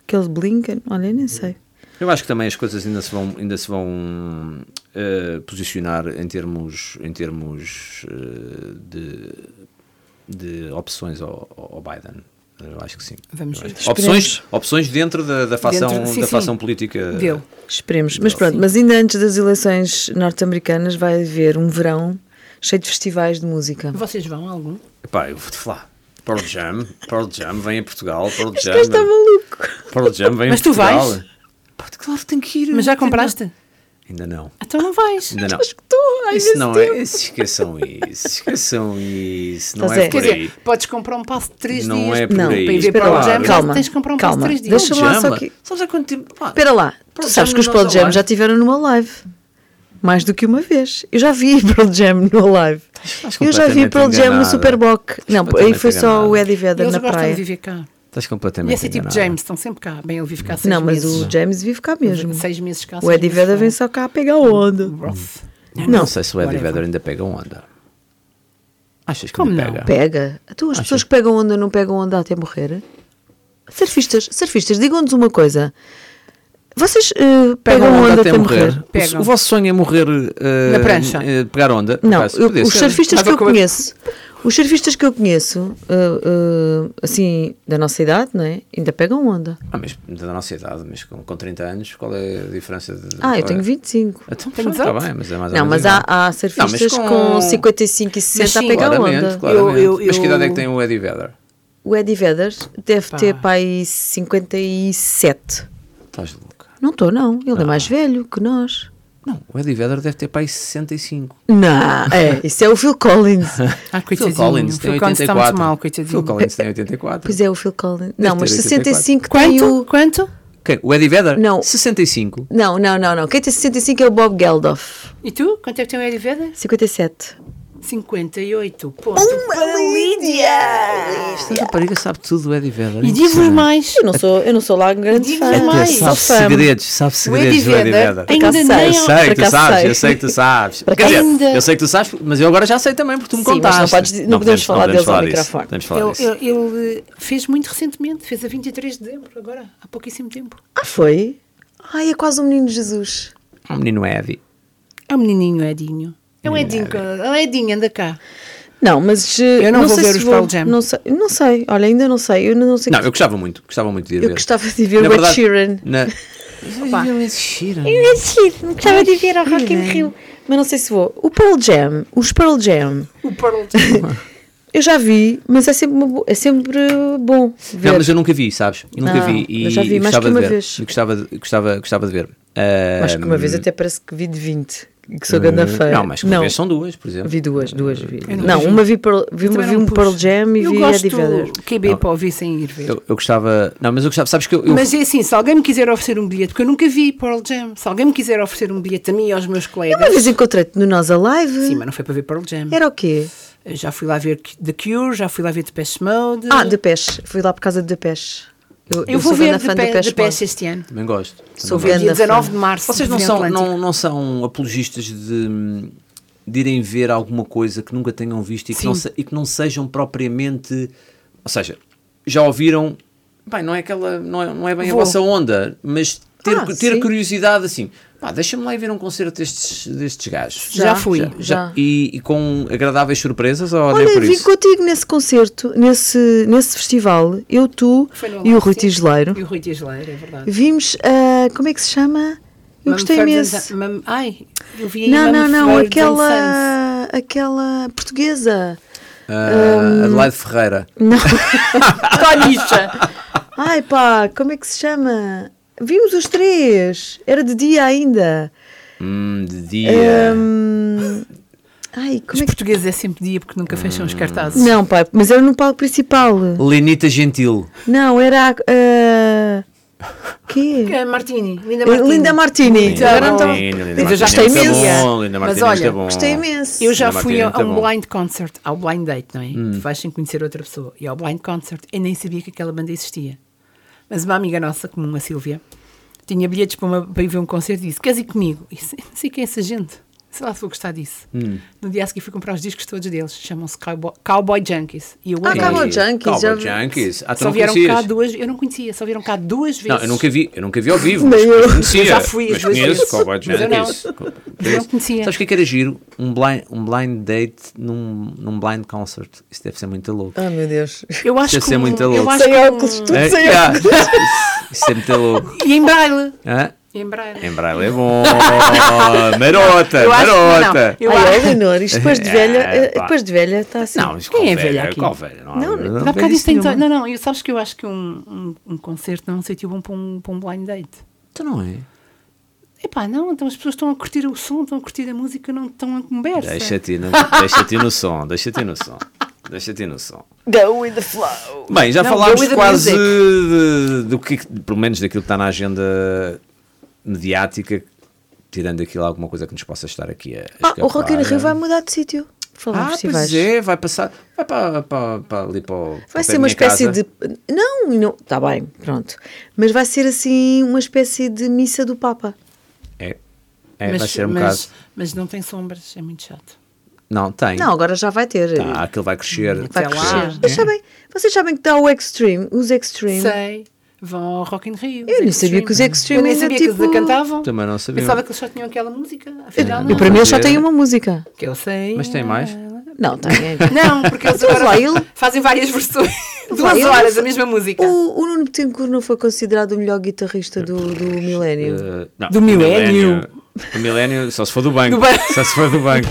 Speaker 2: Aquele Blinken, olha, eu nem sei.
Speaker 1: Eu acho que também as coisas ainda se vão, ainda se vão eh, posicionar em termos, em termos eh, de, de opções ao, ao Biden. Eu acho que sim.
Speaker 3: Vamos
Speaker 1: Eu
Speaker 3: ver.
Speaker 1: acho que- Opções, opções dentro da, da fação,
Speaker 3: Dentro de- sim,
Speaker 1: da
Speaker 3: sim.
Speaker 1: fação política.
Speaker 3: Dele.
Speaker 2: Esperemos. Mas pronto, mas ainda antes das eleições norte-americanas vai haver um verão cheio de festivais de música.
Speaker 3: Vocês vão a algum?
Speaker 1: Epá, eu vou-te falar. Pearl Jam, Pearl Jam vem a Portugal, Pearl
Speaker 2: Este
Speaker 1: Jam.
Speaker 2: gajo está maluco.
Speaker 1: Pearl Jam vem
Speaker 3: Mas
Speaker 1: a
Speaker 3: tu vais?
Speaker 1: Portugal. Pá, claro, tenho que ir.
Speaker 3: Mas já compraste?
Speaker 1: Ainda não.
Speaker 3: Então não vais.
Speaker 1: Ainda não.
Speaker 2: Acho que estou. Ai,
Speaker 1: Isso
Speaker 2: meu
Speaker 1: não
Speaker 2: Deus.
Speaker 1: é, esqueçam isso, esqueçam isso, não
Speaker 2: Tá
Speaker 1: é
Speaker 2: certo.
Speaker 1: por
Speaker 3: Quer
Speaker 1: aí.
Speaker 3: dizer, podes comprar um passo de 3
Speaker 1: Não
Speaker 3: dias
Speaker 1: é por
Speaker 2: Não,
Speaker 1: aí.
Speaker 2: para ir ver
Speaker 1: Espera
Speaker 2: Pearl
Speaker 1: lá,
Speaker 2: Jam,
Speaker 1: mas-
Speaker 2: calma,
Speaker 3: tens de comprar um passo de
Speaker 2: calma.
Speaker 3: três dias.
Speaker 2: Deixa-me lá só
Speaker 1: Jama.
Speaker 2: que...
Speaker 1: Sabes há quanto tempo? Pá,
Speaker 2: Espera lá,
Speaker 1: Pearl
Speaker 2: tu sabes
Speaker 1: Jam
Speaker 2: que os
Speaker 1: não
Speaker 2: Pearl
Speaker 1: dá
Speaker 2: Jam
Speaker 1: lá.
Speaker 2: já tiveram numa live. Mais do que uma vez. Eu já vi [LAUGHS] Pearl Jam numa live.
Speaker 1: Estás
Speaker 2: Eu já vi
Speaker 1: completamente
Speaker 2: Pearl Jam no
Speaker 1: enganada.
Speaker 2: Superboc.
Speaker 1: Estás
Speaker 2: Não, aí
Speaker 1: completamente
Speaker 2: foi só
Speaker 1: enganada.
Speaker 2: o Eddie Vedder
Speaker 3: Eles
Speaker 2: na
Speaker 3: gostam de
Speaker 2: praia.
Speaker 3: viver cá.
Speaker 1: Estás
Speaker 3: E
Speaker 1: completamente
Speaker 3: esse é tipo
Speaker 1: enganada.
Speaker 3: James, estão sempre cá. Bem, ele vive cá 6
Speaker 2: Não, mas
Speaker 3: meses.
Speaker 2: o James vive cá mesmo.
Speaker 3: Seis meses Hum. cá.
Speaker 2: O Eddie Vedder vem só cá pegar onda.
Speaker 3: Roth.
Speaker 1: Eu Não,
Speaker 2: Não.
Speaker 1: sei se o Eddie
Speaker 3: É, Whatever.
Speaker 1: Vedder ainda pega onda. Achas que
Speaker 3: Como
Speaker 1: ainda
Speaker 3: não?
Speaker 1: pega?
Speaker 2: Pega. Então as
Speaker 1: Acha?
Speaker 2: pessoas que pegam onda não pegam onda até morrer? Surfistas, surfistas, digam-nos uma coisa. Vocês eh, pegam, onda até morrer?
Speaker 1: O,
Speaker 3: Pegam.
Speaker 1: vosso sonho é morrer eh,
Speaker 3: Na prancha.
Speaker 1: eh, pegar onda?
Speaker 2: Não,
Speaker 1: Acaso,
Speaker 2: eu-
Speaker 1: podia
Speaker 2: os
Speaker 1: ser.
Speaker 2: surfistas que eu conheço, Os surfistas que eu conheço, ah, ah, assim, da nossa idade, não é? Ainda pegam onda.
Speaker 1: Ah, mas da nossa idade, mas com, com 30 anos, qual é a diferença? De,
Speaker 2: Ah, eu
Speaker 1: qual é?
Speaker 2: tenho 25.
Speaker 1: Então,
Speaker 3: Tenho
Speaker 1: está
Speaker 3: 18.
Speaker 1: bem, mas é mais ou
Speaker 2: Não,
Speaker 1: menos
Speaker 2: mas
Speaker 1: igual.
Speaker 2: há, há surfistas
Speaker 3: com-
Speaker 2: com... 55 e 60
Speaker 3: sim,
Speaker 2: a pegar
Speaker 1: Claramente,
Speaker 2: onda.
Speaker 1: claramente.
Speaker 3: Eu- eu-
Speaker 1: Mas que idade é que
Speaker 3: eu-
Speaker 1: tem o Eddie Vedder?
Speaker 2: O Eddie Vedder deve
Speaker 3: Pá.
Speaker 2: ter para aí 57.
Speaker 1: Estás louca.
Speaker 2: Não estou, não. Ele
Speaker 1: Ah.
Speaker 2: é mais velho que nós.
Speaker 1: Não, o Eddie Vedder deve ter para aí 65.
Speaker 2: Não, é, isso é o Phil Collins. [LAUGHS]
Speaker 3: Ah,
Speaker 1: Phil
Speaker 3: coitadinho.
Speaker 1: Collins tem
Speaker 3: Phil Collins está muito
Speaker 1: 84.
Speaker 3: mal,
Speaker 1: Phil
Speaker 3: coitadinho.
Speaker 1: Collins tem 84.
Speaker 2: Pois é, o Phil Collins.
Speaker 1: Deve
Speaker 2: Não,
Speaker 1: ter
Speaker 2: mas
Speaker 1: 84.
Speaker 2: 65 tem
Speaker 3: Quanto?
Speaker 2: o.
Speaker 3: Quanto?
Speaker 1: Quem? O Eddie Vedder?
Speaker 2: Não.
Speaker 1: 65.
Speaker 2: Não, não, não, não. Quem tem 65 é o Bob Geldof.
Speaker 3: E tu? Quanto é que tem o Eddie Vedder?
Speaker 2: 57.
Speaker 3: 58 pontos. para Lídia!
Speaker 1: Esta rapariga sabe tudo do Eddie Vedder.
Speaker 3: E digo-vos mais.
Speaker 2: Um Eu não sou, eu não sou lá um grande
Speaker 3: Digo-vos
Speaker 2: fã.
Speaker 3: mais.
Speaker 1: Até
Speaker 3: Ai,
Speaker 1: É sabe
Speaker 2: sou fã. é
Speaker 1: segredos, sabe segredos do Eddie
Speaker 3: Vedder
Speaker 1: Vedder.
Speaker 3: ainda
Speaker 2: acaso
Speaker 1: Eu
Speaker 3: nem
Speaker 2: sei.
Speaker 3: ao-
Speaker 1: sei que tu
Speaker 2: acaso
Speaker 1: sabes,
Speaker 2: sei.
Speaker 1: eu sei que tu sabes.
Speaker 2: Por
Speaker 1: Quer dizer,
Speaker 3: acaso- Ainda.
Speaker 1: eu sei que tu sabes, mas eu agora já sei também porque tu me
Speaker 2: Sim, mas não
Speaker 1: contaste.
Speaker 2: podes dizer- não podemos falar deles ao microfone.
Speaker 1: Podemos falar disso.
Speaker 3: Ele, ele- ele fez muito recentemente, fez a 23 de dezembro, agora, há pouquíssimo tempo.
Speaker 2: Ah, foi? Ai, é quase um menino Jesus.
Speaker 1: Um menino Eddie.
Speaker 3: É um menininho, Edinho. É um Edinho, que- é um Edinho, anda cá.
Speaker 2: Não, mas. eh,
Speaker 3: Eu não vou
Speaker 2: sei
Speaker 3: ver
Speaker 2: se
Speaker 3: os Pearl Jam.
Speaker 2: Não sei, não sei, olha, ainda não sei. Eu não sei.
Speaker 1: Não,
Speaker 2: que-
Speaker 1: eu gostava muito, gostava muito de ir
Speaker 2: eu
Speaker 1: ver.
Speaker 2: gostava de ver
Speaker 1: Na
Speaker 2: o Ed
Speaker 1: verdade,
Speaker 2: Sheeran.
Speaker 3: hum.
Speaker 1: Na...
Speaker 3: Opa.
Speaker 1: Eu Sheeran.
Speaker 2: Sim, gostava de ver ao Rock in Rio. Mas não sei se vou. O Pearl Jam, os Pearl Jam,
Speaker 3: O Pearl Jam.
Speaker 2: eu já vi, mas é sempre, uma bo- é sempre bom ver.
Speaker 1: Não, mas eu nunca vi, sabes? Eu nunca
Speaker 2: Ah,
Speaker 1: vi e
Speaker 2: eu já vi
Speaker 1: e
Speaker 2: mais
Speaker 1: gostava
Speaker 2: que uma
Speaker 1: de ver.
Speaker 2: vez.
Speaker 1: Eu Gostava de, gostava, gostava de ver. Ah,
Speaker 2: Acho que uma vez
Speaker 3: Ehm,
Speaker 1: Ahm,
Speaker 2: até parece que vi de 20, e que sou
Speaker 3: Hum,
Speaker 2: ganda fã.
Speaker 1: hum, Não, mas que uma vez são duas, por exemplo.
Speaker 2: Vi duas, duas vi.
Speaker 3: Eu não
Speaker 2: Não,
Speaker 3: vi.
Speaker 2: uma vi, Pearl, vi, uma,
Speaker 3: Também
Speaker 2: vi
Speaker 3: não
Speaker 2: um
Speaker 3: puxo.
Speaker 2: Pearl Jam e
Speaker 3: eu
Speaker 2: vi
Speaker 3: gosto
Speaker 2: Eddie Vedder.
Speaker 3: QB para ouvir sem ir ver.
Speaker 1: Eu, eu gostava. Não, mas eu gostava. Sabes que eu. eu-
Speaker 3: Mas é assim, se alguém me quiser oferecer um bilhete, porque eu nunca vi Pearl Jam, se alguém me quiser oferecer um bilhete a mim e aos meus
Speaker 2: Uma
Speaker 3: colegas.
Speaker 2: vez encontrei-te no Nós Alive.
Speaker 3: Sim, mas não foi para ver Pearl Jam.
Speaker 2: Era o quê?
Speaker 3: Eu Já fui lá ver The Cure, já fui lá ver Depeche Mode.
Speaker 2: Ah, de Peixe. Fui lá por causa de Peixe.
Speaker 3: eu, vou ver
Speaker 2: fã
Speaker 3: Depe-
Speaker 2: Depeche Mode.
Speaker 3: Depeche este ano.
Speaker 1: Também gosto. Também gosto.
Speaker 2: Sou
Speaker 3: Foi dia
Speaker 2: Ganda
Speaker 3: 19
Speaker 2: fã.
Speaker 3: de março.
Speaker 1: Vocês não
Speaker 3: no
Speaker 1: são,
Speaker 3: Atlântico.
Speaker 1: não, não são apologistas de, de irem ver alguma coisa que nunca tenham visto e que,
Speaker 3: Sim.
Speaker 1: não, se- e que não sejam propriamente. Ou seja, já ouviram. Bem, não é aquela. Não é, não é bem
Speaker 3: Vou.
Speaker 1: a vossa onda, mas ter,
Speaker 2: Ah,
Speaker 1: ter
Speaker 2: sim.
Speaker 1: curiosidade assim. Pá, deixa-me lá ir ver um concerto destes, destes gajos.
Speaker 3: Já fui,
Speaker 1: Já,
Speaker 2: já.
Speaker 1: E, e com agradáveis surpresas ou nem
Speaker 2: Olha,
Speaker 1: por
Speaker 2: vim
Speaker 1: isso?
Speaker 2: contigo nesse concerto, nesse, nesse festival, eu, tu
Speaker 3: Foi no
Speaker 2: e o Rui
Speaker 3: Atlântico, sim.
Speaker 2: Tisleiro.
Speaker 3: E o Rui Tisleiro, é verdade.
Speaker 2: Vimos, ah, como é que se chama? Eu
Speaker 3: Mum
Speaker 2: gostei
Speaker 3: Ferdinand-
Speaker 2: imenso.
Speaker 3: Mum- ai, eu vi aí
Speaker 2: Não,
Speaker 3: Mum
Speaker 2: não, não,
Speaker 3: Ferdinand Sons.
Speaker 2: aquela, aquela portuguesa.
Speaker 1: Ah, Adelaide Ferreira.
Speaker 3: [LAUGHS]
Speaker 2: Não. Conicha. Ai pá, como é que se chama? Vimos os três. Era de dia ainda.
Speaker 1: Hum, de dia.
Speaker 2: Hum, Ai,
Speaker 3: Os
Speaker 2: como é que.
Speaker 3: portugueses é sempre dia porque nunca fecham os cartazes.
Speaker 2: Não, pá, mas era no palco principal.
Speaker 1: Lenita Gentil.
Speaker 2: Não, era. a- ah, quê?
Speaker 3: Que é Martini, Linda Martini.
Speaker 2: Eh, Linda Martini.
Speaker 3: Linda
Speaker 2: Agora não
Speaker 3: Martini,
Speaker 2: tava-
Speaker 1: Linda
Speaker 3: Mas eu já
Speaker 1: Martini
Speaker 2: gostei
Speaker 1: é muito
Speaker 2: imenso.
Speaker 1: bom, Linda Martini
Speaker 3: Mas
Speaker 1: é muito
Speaker 3: olha,
Speaker 1: bom.
Speaker 2: Gostei imenso.
Speaker 3: Eu já
Speaker 1: Linda
Speaker 3: fui
Speaker 1: Martini é
Speaker 3: a, a
Speaker 1: muito
Speaker 3: um
Speaker 1: bom.
Speaker 3: blind concert, ao blind date, não é? Tu vais sem conhecer outra pessoa. E ao blind concert, eu nem sabia que aquela banda existia. Mas uma amiga nossa, como a Silvia, tinha bilhetes para, uma- para ir ver um concerto e disse: Queres ir comigo? E disse, não sei quem é essa gente. Sei lá se vou gostar disso. No dia a seguir fui comprar os discos todos deles. Chamam-se Cowboy, Cowboy Junkies. E eu
Speaker 2: Ah,
Speaker 3: adorei.
Speaker 2: Cowboy
Speaker 1: E-
Speaker 2: Junkies, já
Speaker 1: Cowboy
Speaker 2: vi.
Speaker 1: Junkies. Ah, tu
Speaker 3: Só
Speaker 1: não
Speaker 3: vieram cá
Speaker 1: conhecias?
Speaker 3: duas, eu não conhecia, só vieram cá duas vezes.
Speaker 1: Não, eu nunca vi, eu nunca
Speaker 3: [LAUGHS]
Speaker 1: vi ao vivo,
Speaker 2: Nem
Speaker 1: mas,
Speaker 2: eu.
Speaker 1: mas conhecia.
Speaker 3: Eu já fui
Speaker 1: mas
Speaker 3: as duas
Speaker 1: conheço
Speaker 3: vezes.
Speaker 1: Cowboy
Speaker 3: Mas eu não.
Speaker 1: Junkies. Co-
Speaker 3: Mas eu não conhecia.
Speaker 1: Sabes o que é que era giro? Um blind, um blind date num, num blind concert. Isso deve ser muito louco.
Speaker 2: Ah, meu Deus.
Speaker 3: Eu acho
Speaker 1: Deve
Speaker 3: que.
Speaker 1: ser
Speaker 3: um-
Speaker 1: muito
Speaker 3: eu
Speaker 1: louco.
Speaker 3: acho que
Speaker 2: Sem
Speaker 3: um-
Speaker 2: óculos, tudo
Speaker 1: É,
Speaker 2: sem
Speaker 1: já.
Speaker 2: óculos.
Speaker 1: Isso é muito louco.
Speaker 3: E um- em braille.
Speaker 1: Hã?
Speaker 3: E em braille.
Speaker 1: Em braille é
Speaker 3: [LAUGHS]
Speaker 1: bom. Marota,
Speaker 3: Eu acho-
Speaker 1: marota.
Speaker 3: não, eu
Speaker 2: Ai,
Speaker 3: acho-
Speaker 2: Eleanor, isto depois de velha,
Speaker 1: [LAUGHS] É,
Speaker 2: eh,
Speaker 1: pá.
Speaker 2: depois de velha está assim.
Speaker 1: Não, mas
Speaker 3: Quem
Speaker 1: qual
Speaker 3: é velho
Speaker 1: velha?
Speaker 3: aqui?
Speaker 1: Qual velha? Não, há-
Speaker 2: Não, é?
Speaker 1: não,
Speaker 3: Dá
Speaker 1: há
Speaker 3: bocado
Speaker 1: velhice
Speaker 3: isso tem
Speaker 1: nenhuma.
Speaker 3: Não, não, eu sabes que eu acho que um, um, um concerto não é um sítio bom para um, para um blind date.
Speaker 1: Então não é.
Speaker 3: Epá, não, então as pessoas estão a curtir o som, estão a curtir a música, não estão a conversa.
Speaker 1: Deixa-te no, deixa no som, deixa-te no som. Deixa-te no som.
Speaker 2: Go with the flow.
Speaker 1: Bem, já
Speaker 3: Não,
Speaker 1: falámos
Speaker 3: go with the
Speaker 1: quase
Speaker 3: music.
Speaker 1: de- do que, pelo menos daquilo que está na agenda mediática, tirando aquilo alguma coisa que nos possa estar aqui a
Speaker 2: Ah, o
Speaker 1: escapar.
Speaker 2: Rock in Rio
Speaker 1: é?
Speaker 2: vai mudar de sítio. Falar
Speaker 1: Ah,
Speaker 2: festivais.
Speaker 1: pois é, vai passar, vai para, para, para ali para o para
Speaker 2: Vai
Speaker 1: o pé
Speaker 2: ser
Speaker 1: da
Speaker 2: uma
Speaker 1: minha
Speaker 2: espécie
Speaker 1: casa.
Speaker 2: de. Não, não. Está bem, pronto. Mas vai ser assim uma espécie de missa do Papa.
Speaker 1: É, é
Speaker 3: mas,
Speaker 1: vai ser um
Speaker 3: mas,
Speaker 1: bocado...
Speaker 3: mas não tem sombras, é muito chato.
Speaker 1: Não, tem.
Speaker 2: Não, agora já vai ter.
Speaker 1: Tá, É. aquilo vai crescer.
Speaker 2: vai
Speaker 3: Até lá,
Speaker 2: crescer.
Speaker 3: né?
Speaker 2: Mas sabem, vocês sabem que está o Extreme, os Extreme.
Speaker 3: Sei, vão ao Rock in Rio.
Speaker 2: Eu nem sabia que os Extreme
Speaker 3: Eu nem
Speaker 2: era
Speaker 3: sabia que
Speaker 2: tipo-
Speaker 3: eles a cantavam.
Speaker 1: Também não sabia. É.
Speaker 3: Pensava que eles só tinham aquela música, afinal
Speaker 1: Eu-
Speaker 3: não.
Speaker 2: E para mim eles só
Speaker 1: Mas é-
Speaker 2: têm uma música.
Speaker 3: Que eu sei.
Speaker 1: Mas tem mais?
Speaker 2: Não, tem.
Speaker 1: [LAUGHS]
Speaker 2: é-
Speaker 3: Não,
Speaker 2: [LAUGHS]
Speaker 3: porque eles
Speaker 2: Mas
Speaker 3: agora
Speaker 2: lá ele-
Speaker 3: fazem várias versões.
Speaker 2: lá
Speaker 3: Duas
Speaker 2: ele-
Speaker 3: horas, a mesma música.
Speaker 2: O, o Nuno Betancourt não foi considerado o melhor guitarrista do, do milénio.
Speaker 5: Eh, não,
Speaker 3: Do
Speaker 5: o
Speaker 3: milénio.
Speaker 5: Do milénio, só se
Speaker 3: [LAUGHS]
Speaker 5: for do banco.
Speaker 3: Do banco.
Speaker 5: Só se for do
Speaker 3: [LAUGHS]
Speaker 5: banco.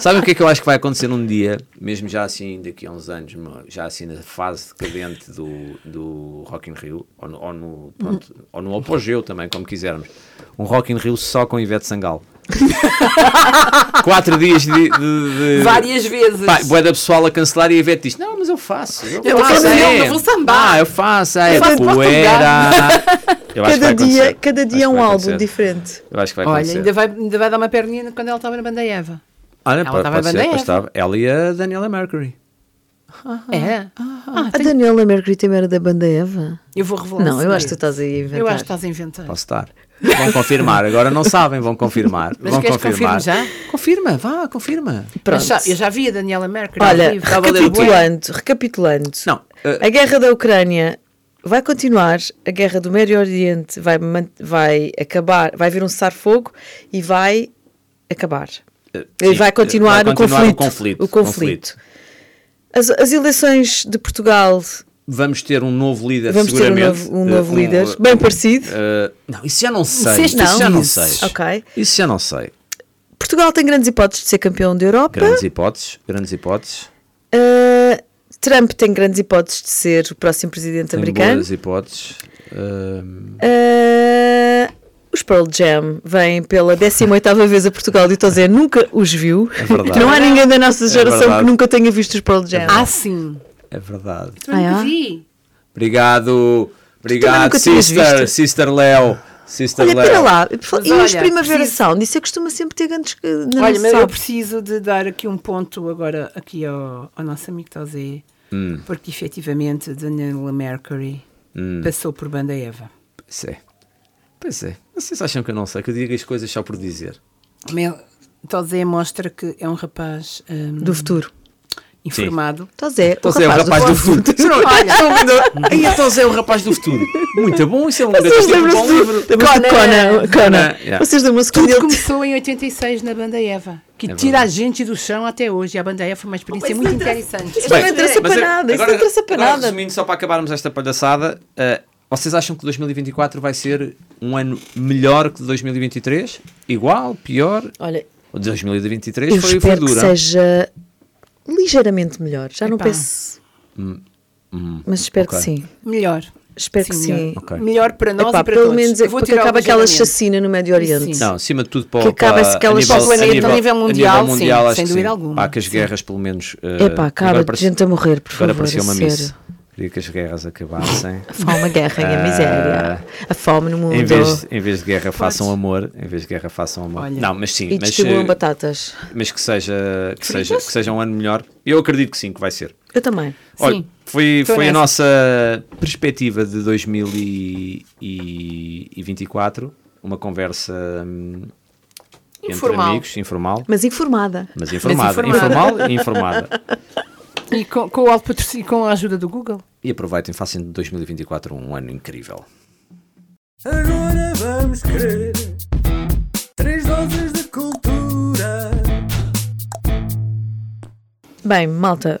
Speaker 1: Sabe o que é que eu acho que vai acontecer num dia, mesmo já assim daqui a uns anos, mo- já assim na fase decadente do, do Rock in Rio, ou no, ou no, pronto, ou no apogeu também, como quisermos, um Rock in Rio só com Ivete
Speaker 3: [LAUGHS]
Speaker 1: Sangal. Quatro dias de... de, de
Speaker 3: Várias vezes.
Speaker 1: Pá, bué da pessoal a cancelar e a Ivete diz, não, mas eu faço. Eu,
Speaker 3: Eu
Speaker 1: faço,
Speaker 3: faço,
Speaker 1: é.
Speaker 3: eu vou sambar."
Speaker 1: Ah, eu faço, é
Speaker 3: faço
Speaker 1: poeira. [LAUGHS] Eu acho que vai
Speaker 2: Cada dia,
Speaker 1: acontecer.
Speaker 2: cada
Speaker 1: Acho
Speaker 2: dia é
Speaker 1: que
Speaker 2: um
Speaker 1: vai
Speaker 2: álbum
Speaker 1: acontecer.
Speaker 2: diferente.
Speaker 1: Eu acho que vai
Speaker 3: Olha,
Speaker 1: acontecer.
Speaker 3: ainda vai, ainda vai dar uma perninha quando ela estava na banda Eva.
Speaker 1: Olha,
Speaker 3: Ela
Speaker 1: pode,
Speaker 3: estava
Speaker 1: pode
Speaker 3: bem
Speaker 1: ser,
Speaker 3: na
Speaker 1: pois
Speaker 3: Eva.
Speaker 1: estava. Ela e a Daniela Mercury.
Speaker 3: É.
Speaker 2: a Daniela Mercury também era da banda Eva?
Speaker 3: Eu vou revelar.
Speaker 2: Não,
Speaker 3: um
Speaker 2: eu acho que tu
Speaker 3: segredo.
Speaker 2: estás aí a inventar.
Speaker 3: Eu acho que tá estás a inventar.
Speaker 1: Posso estar. Vão confirmar, agora não sabem, vão confirmar.
Speaker 3: Mas
Speaker 1: vão
Speaker 3: queres que
Speaker 1: confirmar.
Speaker 3: confirme já?
Speaker 1: Confirma, vá, confirma.
Speaker 2: Pronto.
Speaker 3: Mas já- eu já vi a Daniela Mercury. ao
Speaker 2: Olha, é?
Speaker 3: vivo. Estava a ler o Bué.
Speaker 2: recapitulando, recapitulando.
Speaker 1: Não, eh,
Speaker 2: A guerra da Ucrânia vai continuar, a guerra do Médio Oriente vai, man- vai acabar, vai haver um cessar-fogo e vai acabar.
Speaker 1: eh, sim,
Speaker 2: E vai continuar,
Speaker 1: vai
Speaker 2: o,
Speaker 1: continuar
Speaker 2: conflito,
Speaker 1: o conflito,
Speaker 2: o conflito. As, as eleições de Portugal
Speaker 1: vamos ter um novo líder,
Speaker 2: vamos ter um
Speaker 1: seguramente.
Speaker 2: novo, um novo
Speaker 1: Eh,
Speaker 2: líder,
Speaker 1: eh,
Speaker 2: bem parecido.
Speaker 1: eh, não, isso já não sei.
Speaker 2: Disseste
Speaker 1: Isso já
Speaker 2: não.
Speaker 1: não
Speaker 2: Disse.
Speaker 1: sei.
Speaker 2: Ok.
Speaker 1: Isso já não sei.
Speaker 2: Portugal tem grandes hipóteses de ser campeão da Europa.
Speaker 1: Grandes hipóteses, grandes hipóteses.
Speaker 2: Uh, Trump tem grandes hipóteses de ser o próximo presidente
Speaker 1: Tem
Speaker 2: americano.
Speaker 1: boas hipóteses. Ehm,
Speaker 2: Uh, os Pearl Jam vêm pela 18ª vez a Portugal e o Tozé nunca os viu.
Speaker 1: É verdade. É
Speaker 2: Não há ninguém da nossa geração que
Speaker 1: verdade.
Speaker 2: nunca tenha visto os Pearl Jam.
Speaker 3: Ah, sim.
Speaker 1: é verdade.
Speaker 3: Eu não
Speaker 2: Ah, é?
Speaker 3: vi.
Speaker 1: Obrigado, obrigado,
Speaker 2: nunca tinhas
Speaker 1: Sister,
Speaker 2: visto.
Speaker 1: Sister Léo. Sister
Speaker 2: Ah, olha,
Speaker 1: Léo.
Speaker 2: pera lá. E
Speaker 3: olha,
Speaker 2: os Primavera
Speaker 3: preciso-
Speaker 2: Sound? Isso eu costumo sempre ter grandes. que- na
Speaker 3: Olha, mas
Speaker 2: noção.
Speaker 3: eu preciso de dar aqui um ponto agora aqui ao, ao nosso amigo Tozé.
Speaker 1: Hum.
Speaker 3: Porque efetivamente Daniela Mercury passou por banda Eva.
Speaker 1: Pois é. Pois é. Vocês acham que eu não sei, que eu digo as coisas só por dizer.
Speaker 3: Mel- Tozé mostra que é um rapaz hum,
Speaker 2: Do futuro.
Speaker 3: informado.
Speaker 2: Tozé, o
Speaker 1: Então Zé é o
Speaker 2: rapaz,
Speaker 1: rapaz do
Speaker 2: futuro.
Speaker 1: futuro. Aí então Zé é o rapaz do futuro. Muito bom, isso é um grande
Speaker 2: Vocês
Speaker 1: título,
Speaker 2: lembram-se
Speaker 1: bom
Speaker 2: do,
Speaker 1: livro.
Speaker 2: lembram-se do
Speaker 3: Conan.
Speaker 2: Conan? Conan.
Speaker 1: yeah.
Speaker 2: Vocês lembram-se quando
Speaker 3: Tudo
Speaker 2: ele
Speaker 3: começou em 86 na banda Eva, que tira a gente do chão até hoje. E a banda Eva foi uma experiência muito interessante.
Speaker 2: é. Isto não interessa para nada, isto não interessa para
Speaker 1: agora,
Speaker 2: nada.
Speaker 1: resumindo, só para acabarmos esta palhaçada, ah, vocês acham que 2024 vai ser um ano melhor que 2023? Igual? Pior?
Speaker 2: Olha,
Speaker 1: O 2023
Speaker 2: eu
Speaker 1: foi, foi
Speaker 2: espero que
Speaker 1: dura.
Speaker 2: seja ligeiramente melhor. Já não
Speaker 3: Epá.
Speaker 2: penso. Mas espero
Speaker 1: Hum. ok.
Speaker 2: que sim.
Speaker 3: Melhor.
Speaker 2: Espero que sim.
Speaker 3: melhor.
Speaker 1: Ok.
Speaker 3: Melhor para nós
Speaker 2: Epá,
Speaker 3: e para
Speaker 2: pelo
Speaker 3: todos.
Speaker 2: menos
Speaker 3: Eu
Speaker 2: é
Speaker 3: vou
Speaker 2: porque
Speaker 3: tirar o
Speaker 2: acaba aquela
Speaker 3: ligeiramente.
Speaker 2: chacina no Médio Oriente.
Speaker 3: Sim.
Speaker 1: Não, acima de tudo para,
Speaker 2: Que
Speaker 1: o- para,
Speaker 2: acaba-se aquelas-
Speaker 1: a nível,
Speaker 2: Para o
Speaker 3: planeta,
Speaker 1: a nível,
Speaker 3: a nível mundial,
Speaker 1: a nível mundial,
Speaker 3: sim,
Speaker 1: acho
Speaker 3: sem
Speaker 1: que
Speaker 3: dúvida
Speaker 1: sim.
Speaker 3: alguma,
Speaker 1: Pá, que as
Speaker 3: sim.
Speaker 1: guerras pelo menos... ah,
Speaker 2: Epá, acaba
Speaker 1: agora
Speaker 2: de gente a morrer, por
Speaker 1: Agora
Speaker 2: favor,
Speaker 1: parecia
Speaker 2: a
Speaker 1: uma
Speaker 2: sério.
Speaker 1: missa. Queria que as guerras acabassem.
Speaker 2: A fome, a guerra e a
Speaker 1: Ah.
Speaker 2: miséria. A fome no mundo.
Speaker 1: Em vez, em vez de guerra, façam amor. Em vez de guerra, façam amor.
Speaker 3: Olha.
Speaker 1: Não, mas sim,
Speaker 2: E
Speaker 1: mas,
Speaker 2: distribuam
Speaker 1: eh,
Speaker 2: batatas.
Speaker 1: mas que, seja, que, seja, que seja um ano melhor. Eu acredito que sim, que vai ser.
Speaker 2: Eu também.
Speaker 1: Olha, foi,
Speaker 3: Estou
Speaker 1: foi a
Speaker 3: nessa.
Speaker 1: nossa perspectiva de 2024. Uma conversa hum, entre
Speaker 3: Informal.
Speaker 1: amigos, informal.
Speaker 2: Mas informada.
Speaker 1: Mas informada,
Speaker 3: informada.
Speaker 1: informal e informada.
Speaker 3: E com, com, o alto patrocínio- com a ajuda do Google.
Speaker 1: E aproveitem, façam de 2024 um ano incrível.
Speaker 4: Agora vamos querer Três doses de cultura
Speaker 2: Bem, malta.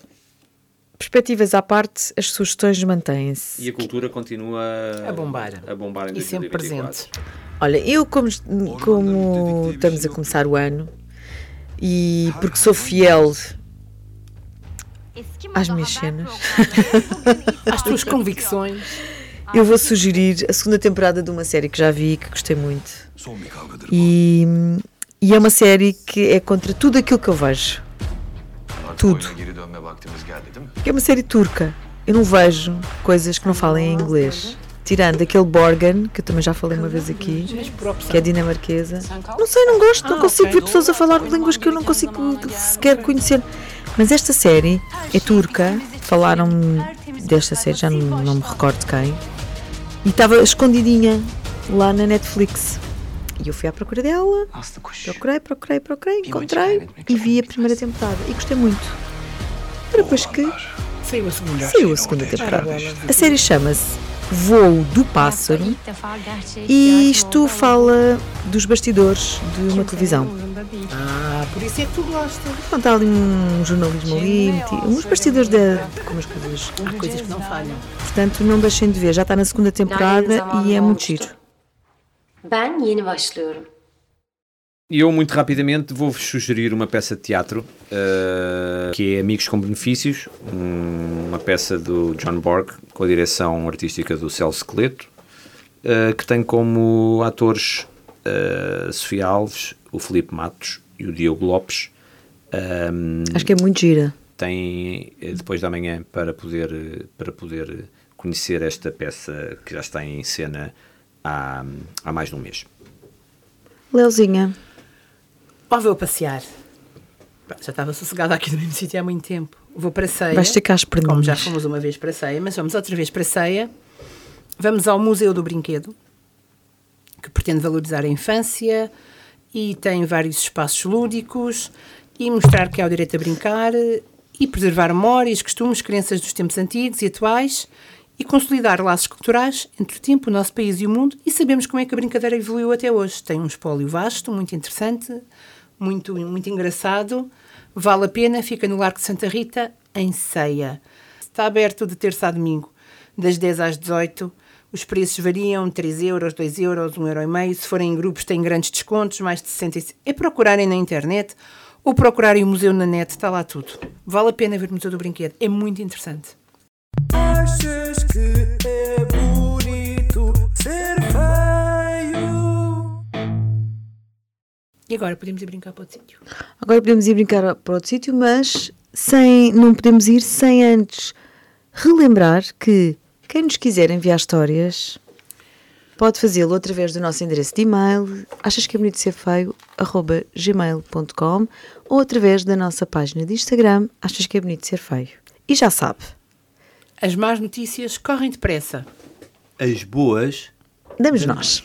Speaker 2: Perspectivas à parte, as sugestões mantêm-se.
Speaker 1: E a cultura continua
Speaker 3: A bombar.
Speaker 1: A bombar em
Speaker 3: E sempre
Speaker 1: 2024.
Speaker 3: presente.
Speaker 2: Olha, eu como, como estamos a começar o ano e porque sou fiel
Speaker 6: às minhas cenas.
Speaker 3: As tuas convicções.
Speaker 2: Eu vou sugerir a segunda temporada de uma série que já vi e que gostei muito. E, e é uma série que é contra tudo aquilo que eu vejo. Tudo. É uma série turca. Eu não vejo coisas que não falem em inglês. Tirando aquele Borgen, que eu também já falei uma vez aqui, que é dinamarquesa. Não sei, não gosto, não consigo ver pessoas a falar línguas que eu não consigo sequer conhecer. Mas esta série é turca. Falaram-me desta série, já não, não me recordo quem. E estava escondidinha lá na Netflix. E eu fui à procura dela, procurei, procurei, procurei, encontrei e vi a primeira temporada. E gostei muito. Para depois que
Speaker 3: Saiu a segunda.
Speaker 2: saiu a segunda temporada. A série chama-se Voo do Pássaro. E isto fala dos bastidores de uma televisão.
Speaker 3: Ah, por isso é que tu gostas.
Speaker 2: Portanto, há ali um jornalismo ali, meti- uns bastidores de, de como as coisas.
Speaker 3: Há coisas que não falham.
Speaker 2: Portanto, não deixem de ver. Já está na segunda temporada e é muito giro.
Speaker 6: Ben yeni başlıyorum.
Speaker 1: E eu, muito rapidamente, vou-vos sugerir uma peça de teatro eh, que é Amigos com Benefícios, um- uma peça do John Borg com a direção artística do Celso Esqueleto, eh, que tem como atores eh, Sofia Alves, o Filipe Matos e o Diogo Lopes. Ahm,
Speaker 2: Acho que é muito gira.
Speaker 1: tem eh, depois da manhã para poder, eh, para poder conhecer esta peça que já está em cena há, há mais de um mês.
Speaker 2: Leozinha,
Speaker 3: Ou vou passear. Pronto, já estava sossegada aqui no mesmo sítio há muito tempo. Vou para a ceia.
Speaker 2: vais ter cá as
Speaker 3: Como já
Speaker 2: perninhas.
Speaker 3: fomos uma vez para a ceia, mas vamos outra vez para a ceia. Vamos ao Museu do Brinquedo, que pretende valorizar a infância e tem vários espaços lúdicos e mostrar que há o direito a brincar e preservar memórias, costumes, crenças dos tempos antigos e atuais e consolidar laços culturais entre o tempo, o nosso país e o mundo e sabemos como é que a brincadeira evoluiu até hoje. Tem um espólio vasto, muito interessante, muito, muito engraçado. Vale a pena, fica no Largo de Santa Rita, em Ceia. Está aberto de terça a domingo, das 10 às 18. Os preços variam, 3 euros, 2 euros, 1,5 euro. e meio. Se forem em grupos, têm grandes descontos, mais de 60. É procurarem na internet ou procurarem o museu na net, está lá tudo. Vale a pena ver o Museu do Brinquedo, é muito interessante.
Speaker 4: Achas que é bonito ser feio?
Speaker 3: E agora podemos ir brincar para outro sítio.
Speaker 2: Agora podemos ir brincar para outro sítio, mas sem, não podemos ir sem antes relembrar que quem nos quiser enviar histórias pode fazê-lo através do nosso endereço de e-mail achas que é bonito ser feio arroba gmail.com ou através da nossa página de Instagram achas que é bonito ser feio. E já sabe,
Speaker 3: As más notícias correm depressa.
Speaker 5: As boas
Speaker 2: damos nós.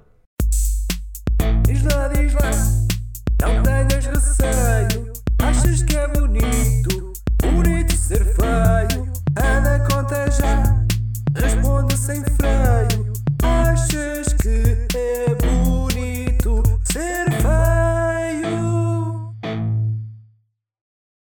Speaker 4: Diz lá, diz lá, não tenhas receio. Achas que é bonito, bonito ser feio? Ana, conta já, responde sem freio. é